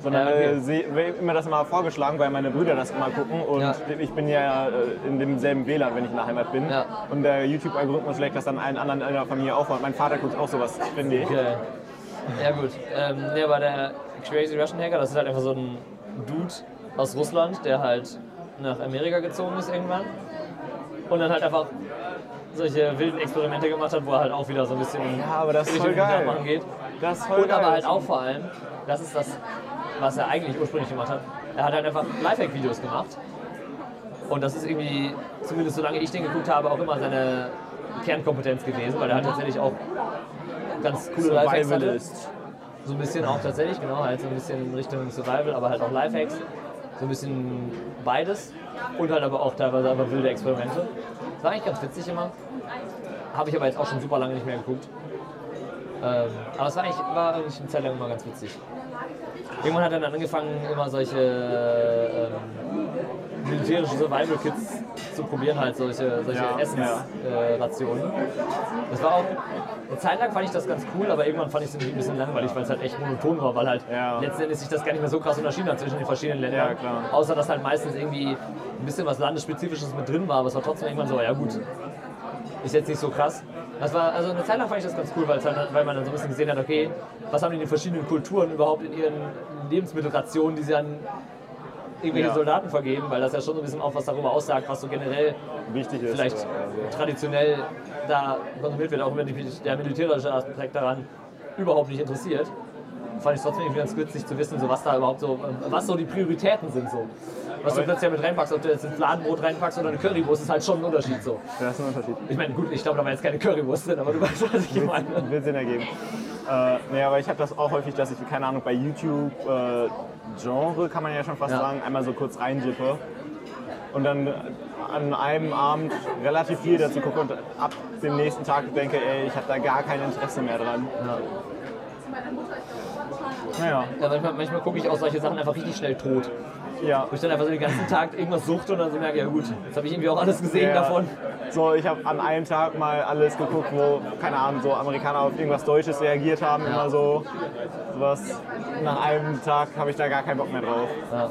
Speaker 1: Sondern
Speaker 2: Ja, okay.
Speaker 1: äh, seh- wird immer das mal vorgeschlagen, weil meine Brüder das immer gucken. Und
Speaker 2: Ja.
Speaker 1: ich bin ja äh, in demselben WLAN, wenn ich in der Heimat bin.
Speaker 2: Ja.
Speaker 1: Und der YouTube-Algorithmus schlägt das dann allen anderen in der Familie auf. Und mein Vater guckt auch sowas, finde ich.
Speaker 2: Okay. Ja gut. Ähm, nee, aber der Crazy Russian Hacker, das ist halt einfach so ein Dude aus Russland, der halt nach Amerika gezogen ist irgendwann. Und dann halt einfach solche wilden Experimente gemacht hat, wo er halt auch wieder so ein bisschen in
Speaker 1: Ja, aber das ist
Speaker 2: die
Speaker 1: voll
Speaker 2: Richtung
Speaker 1: geil.
Speaker 2: Nachmachen geht.
Speaker 1: Das ist voll
Speaker 2: Und
Speaker 1: geil.
Speaker 2: aber halt auch vor allem, das ist das, was er eigentlich ursprünglich gemacht hat. Er hat halt einfach Lifehack-Videos gemacht. Und das ist irgendwie, zumindest solange ich den geguckt habe, auch immer seine Kernkompetenz gewesen, weil er hat tatsächlich auch ganz coole Lifehacks hatte.
Speaker 1: Survivalist.
Speaker 2: So ein bisschen auch tatsächlich, genau, halt so ein bisschen in Richtung Survival, aber halt auch Lifehacks. So ein bisschen beides und halt aber auch teilweise aber wilde Experimente. Das war eigentlich ganz witzig immer. Habe ich aber jetzt auch schon super lange nicht mehr geguckt. Ähm, aber es war eigentlich, war eigentlich eine Zeit lang immer ganz witzig. Irgendwann hat er dann angefangen, immer solche ähm, militärische Survival-Kits zu probieren, halt solche, solche
Speaker 1: Ja,
Speaker 2: Essensrationen. Äh, Rationen. das war auch, eine Zeit lang fand ich das ganz cool, aber irgendwann fand ich es irgendwie ein bisschen langweilig, weil es halt echt monoton war, weil halt
Speaker 1: Ja.
Speaker 2: letzten Endes sich das gar nicht mehr so krass unterschieden hat zwischen den verschiedenen Ländern.
Speaker 1: Ja, klar.
Speaker 2: Außer, dass halt meistens irgendwie ein bisschen was Landesspezifisches mit drin war, aber es war trotzdem irgendwann so, ja gut, ist jetzt nicht so krass. Das war, also eine Zeit lang fand ich das ganz cool, weil, es halt, weil man dann so ein bisschen gesehen hat, okay, was haben die in den verschiedenen Kulturen überhaupt in ihren Lebensmittelrationen, die sie an irgendwelche
Speaker 1: Ja.
Speaker 2: Soldaten vergeben, weil das ja schon so ein bisschen auch was darüber aussagt, was so generell
Speaker 1: Wichtig ist.
Speaker 2: vielleicht traditionell da konsumiert wird, auch wenn mich der militärische Aspekt daran überhaupt nicht interessiert. Fand ich es trotzdem irgendwie ganz witzig zu wissen, so was da überhaupt so, äh, was so die Prioritäten sind. So. Was du
Speaker 1: Aber-
Speaker 2: plötzlich mit reinpackst, ob du jetzt ein Fladenbrot reinpackst oder eine Currywurst, ist halt schon ein Unterschied. So.
Speaker 1: Das ist ein Unterschied.
Speaker 2: Ich meine, gut, ich glaube, da war jetzt keine Currywurst drin, aber du weißt, was ich meine.
Speaker 1: Will Sinn ergeben. Äh, nee, aber ich habe das auch häufig, dass ich, keine Ahnung, bei YouTube äh, Genre, kann man ja schon fast
Speaker 2: Ja.
Speaker 1: sagen, einmal so kurz reinjippe und dann äh, an einem Abend relativ viel dazu gucke und ab dem nächsten Tag denke, ey, ich habe da gar kein Interesse mehr dran.
Speaker 2: Ja.
Speaker 1: Naja,
Speaker 2: Ja, manchmal manchmal gucke ich auch solche Sachen einfach richtig schnell tot.
Speaker 1: ja.
Speaker 2: Wo ich dann einfach so den ganzen Tag irgendwas suchte und dann so merke, ja gut, jetzt habe ich irgendwie auch alles gesehen
Speaker 1: Ja.
Speaker 2: davon.
Speaker 1: So, ich habe an einem Tag mal alles geguckt, wo, keine Ahnung, so Amerikaner auf irgendwas Deutsches reagiert haben, immer so. Sowas. Nach einem Tag habe ich da gar keinen Bock mehr drauf.
Speaker 2: Ja.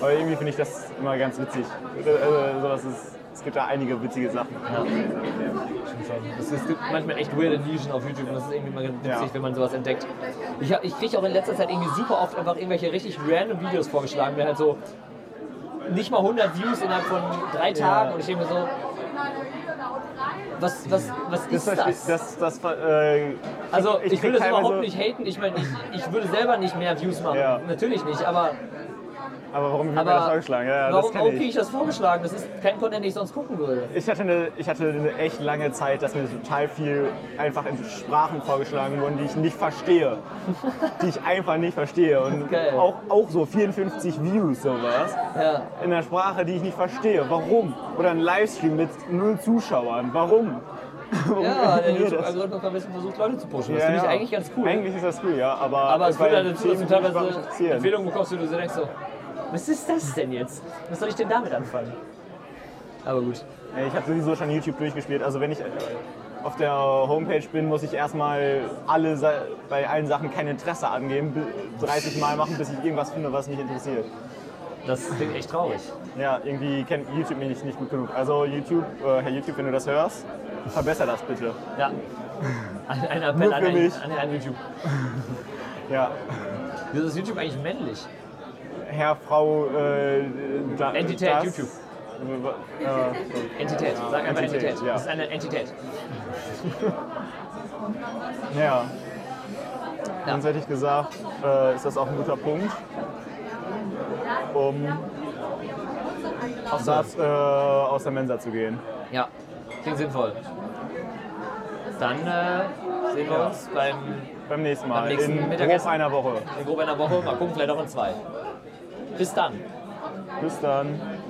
Speaker 1: Aber irgendwie finde ich das immer ganz witzig. Äh, sowas ist, es gibt da einige witzige Sachen.
Speaker 2: Ja. Stimmt schon. Es, es gibt manchmal echt weirde Nischen auf YouTube und das ist irgendwie mal ganz witzig,
Speaker 1: Ja.
Speaker 2: wenn man sowas entdeckt. Ich, hab- ich kriege auch in letzter Zeit irgendwie super oft einfach irgendwelche richtig random Videos vorgeschlagen, mir halt so nicht mal 100 Views innerhalb von drei Tagen und ich denke mir so, was, was, was ist
Speaker 1: Das,
Speaker 2: das?
Speaker 1: das, das, äh,
Speaker 2: Also ich,
Speaker 1: Ich
Speaker 2: will
Speaker 1: krieg
Speaker 2: das überhaupt
Speaker 1: teilweise-
Speaker 2: nicht haten. Ich meine, ich, ich würde selber nicht mehr Views machen.
Speaker 1: Ja.
Speaker 2: Natürlich nicht, aber,
Speaker 1: aber warum wird mir das
Speaker 2: aber
Speaker 1: vorgeschlagen? Ja,
Speaker 2: warum
Speaker 1: das
Speaker 2: warum
Speaker 1: kenne
Speaker 2: kriege
Speaker 1: ich.
Speaker 2: ich das vorgeschlagen? Das ist kein Content, den ich sonst gucken würde.
Speaker 1: Ich hatte, eine, ich hatte eine echt lange Zeit, dass mir total viel einfach in Sprachen vorgeschlagen wurden, die ich nicht verstehe. die ich einfach nicht verstehe. Und
Speaker 2: Geil.
Speaker 1: auch, auch so 54 Views sowas.
Speaker 2: Ja,
Speaker 1: In einer Sprache, die ich nicht verstehe. Warum? Oder ein Livestream mit null Zuschauern. Warum? Warum
Speaker 2: ja der
Speaker 1: funktioniert das?
Speaker 2: YouTube-Algorithmus hat ein bisschen versucht, Leute zu pushen. Das finde ich eigentlich ganz cool.
Speaker 1: Eigentlich ist das cool, ja, aber.
Speaker 2: aber es
Speaker 1: bei
Speaker 2: führt halt dazu, dass du
Speaker 1: Themen, die mich
Speaker 2: teilweise
Speaker 1: interessieren.
Speaker 2: Empfehlungen bekommst, wo du so denkst so, was ist das denn jetzt? Was soll ich denn damit anfangen? Aber gut.
Speaker 1: Ey, Äh, Ich habe sowieso schon YouTube durchgespielt. Also, wenn ich äh, auf der Homepage bin, muss ich erstmal alle, Sa- bei allen Sachen kein Interesse angeben, bi- 30 Mal machen, bis ich irgendwas finde, was mich interessiert.
Speaker 2: Das klingt echt traurig.
Speaker 1: Ja, irgendwie kennt YouTube mich nicht, nicht gut genug. Also, YouTube, äh, Herr YouTube, wenn du das hörst, verbessere das bitte.
Speaker 2: Ja. Ein, ein Appell
Speaker 1: Nur
Speaker 2: an,
Speaker 1: für
Speaker 2: ein,
Speaker 1: mich.
Speaker 2: an, an YouTube.
Speaker 1: Ja,
Speaker 2: Wieso ist YouTube eigentlich männlich?
Speaker 1: Herr, Frau, äh, da,
Speaker 2: Entität
Speaker 1: das-
Speaker 2: YouTube.
Speaker 1: Äh,
Speaker 2: Entität. Sag einfach
Speaker 1: Entität,
Speaker 2: Entität.
Speaker 1: ja.
Speaker 2: Das ist eine Entität.
Speaker 1: Ja. Sonst hätte ich gesagt, äh, ist das auch ein guter Punkt, um aus der, äh, aus der Mensa zu gehen.
Speaker 2: Ja, klingt sinnvoll. Dann äh, sehen wir uns beim,
Speaker 1: Beim nächsten Mal,
Speaker 2: Beim nächsten
Speaker 1: in
Speaker 2: Mittagessen.
Speaker 1: grob einer Woche.
Speaker 2: in grob einer Woche. Mal gucken, vielleicht auch in zwei. Bis dann.
Speaker 1: Bis dann.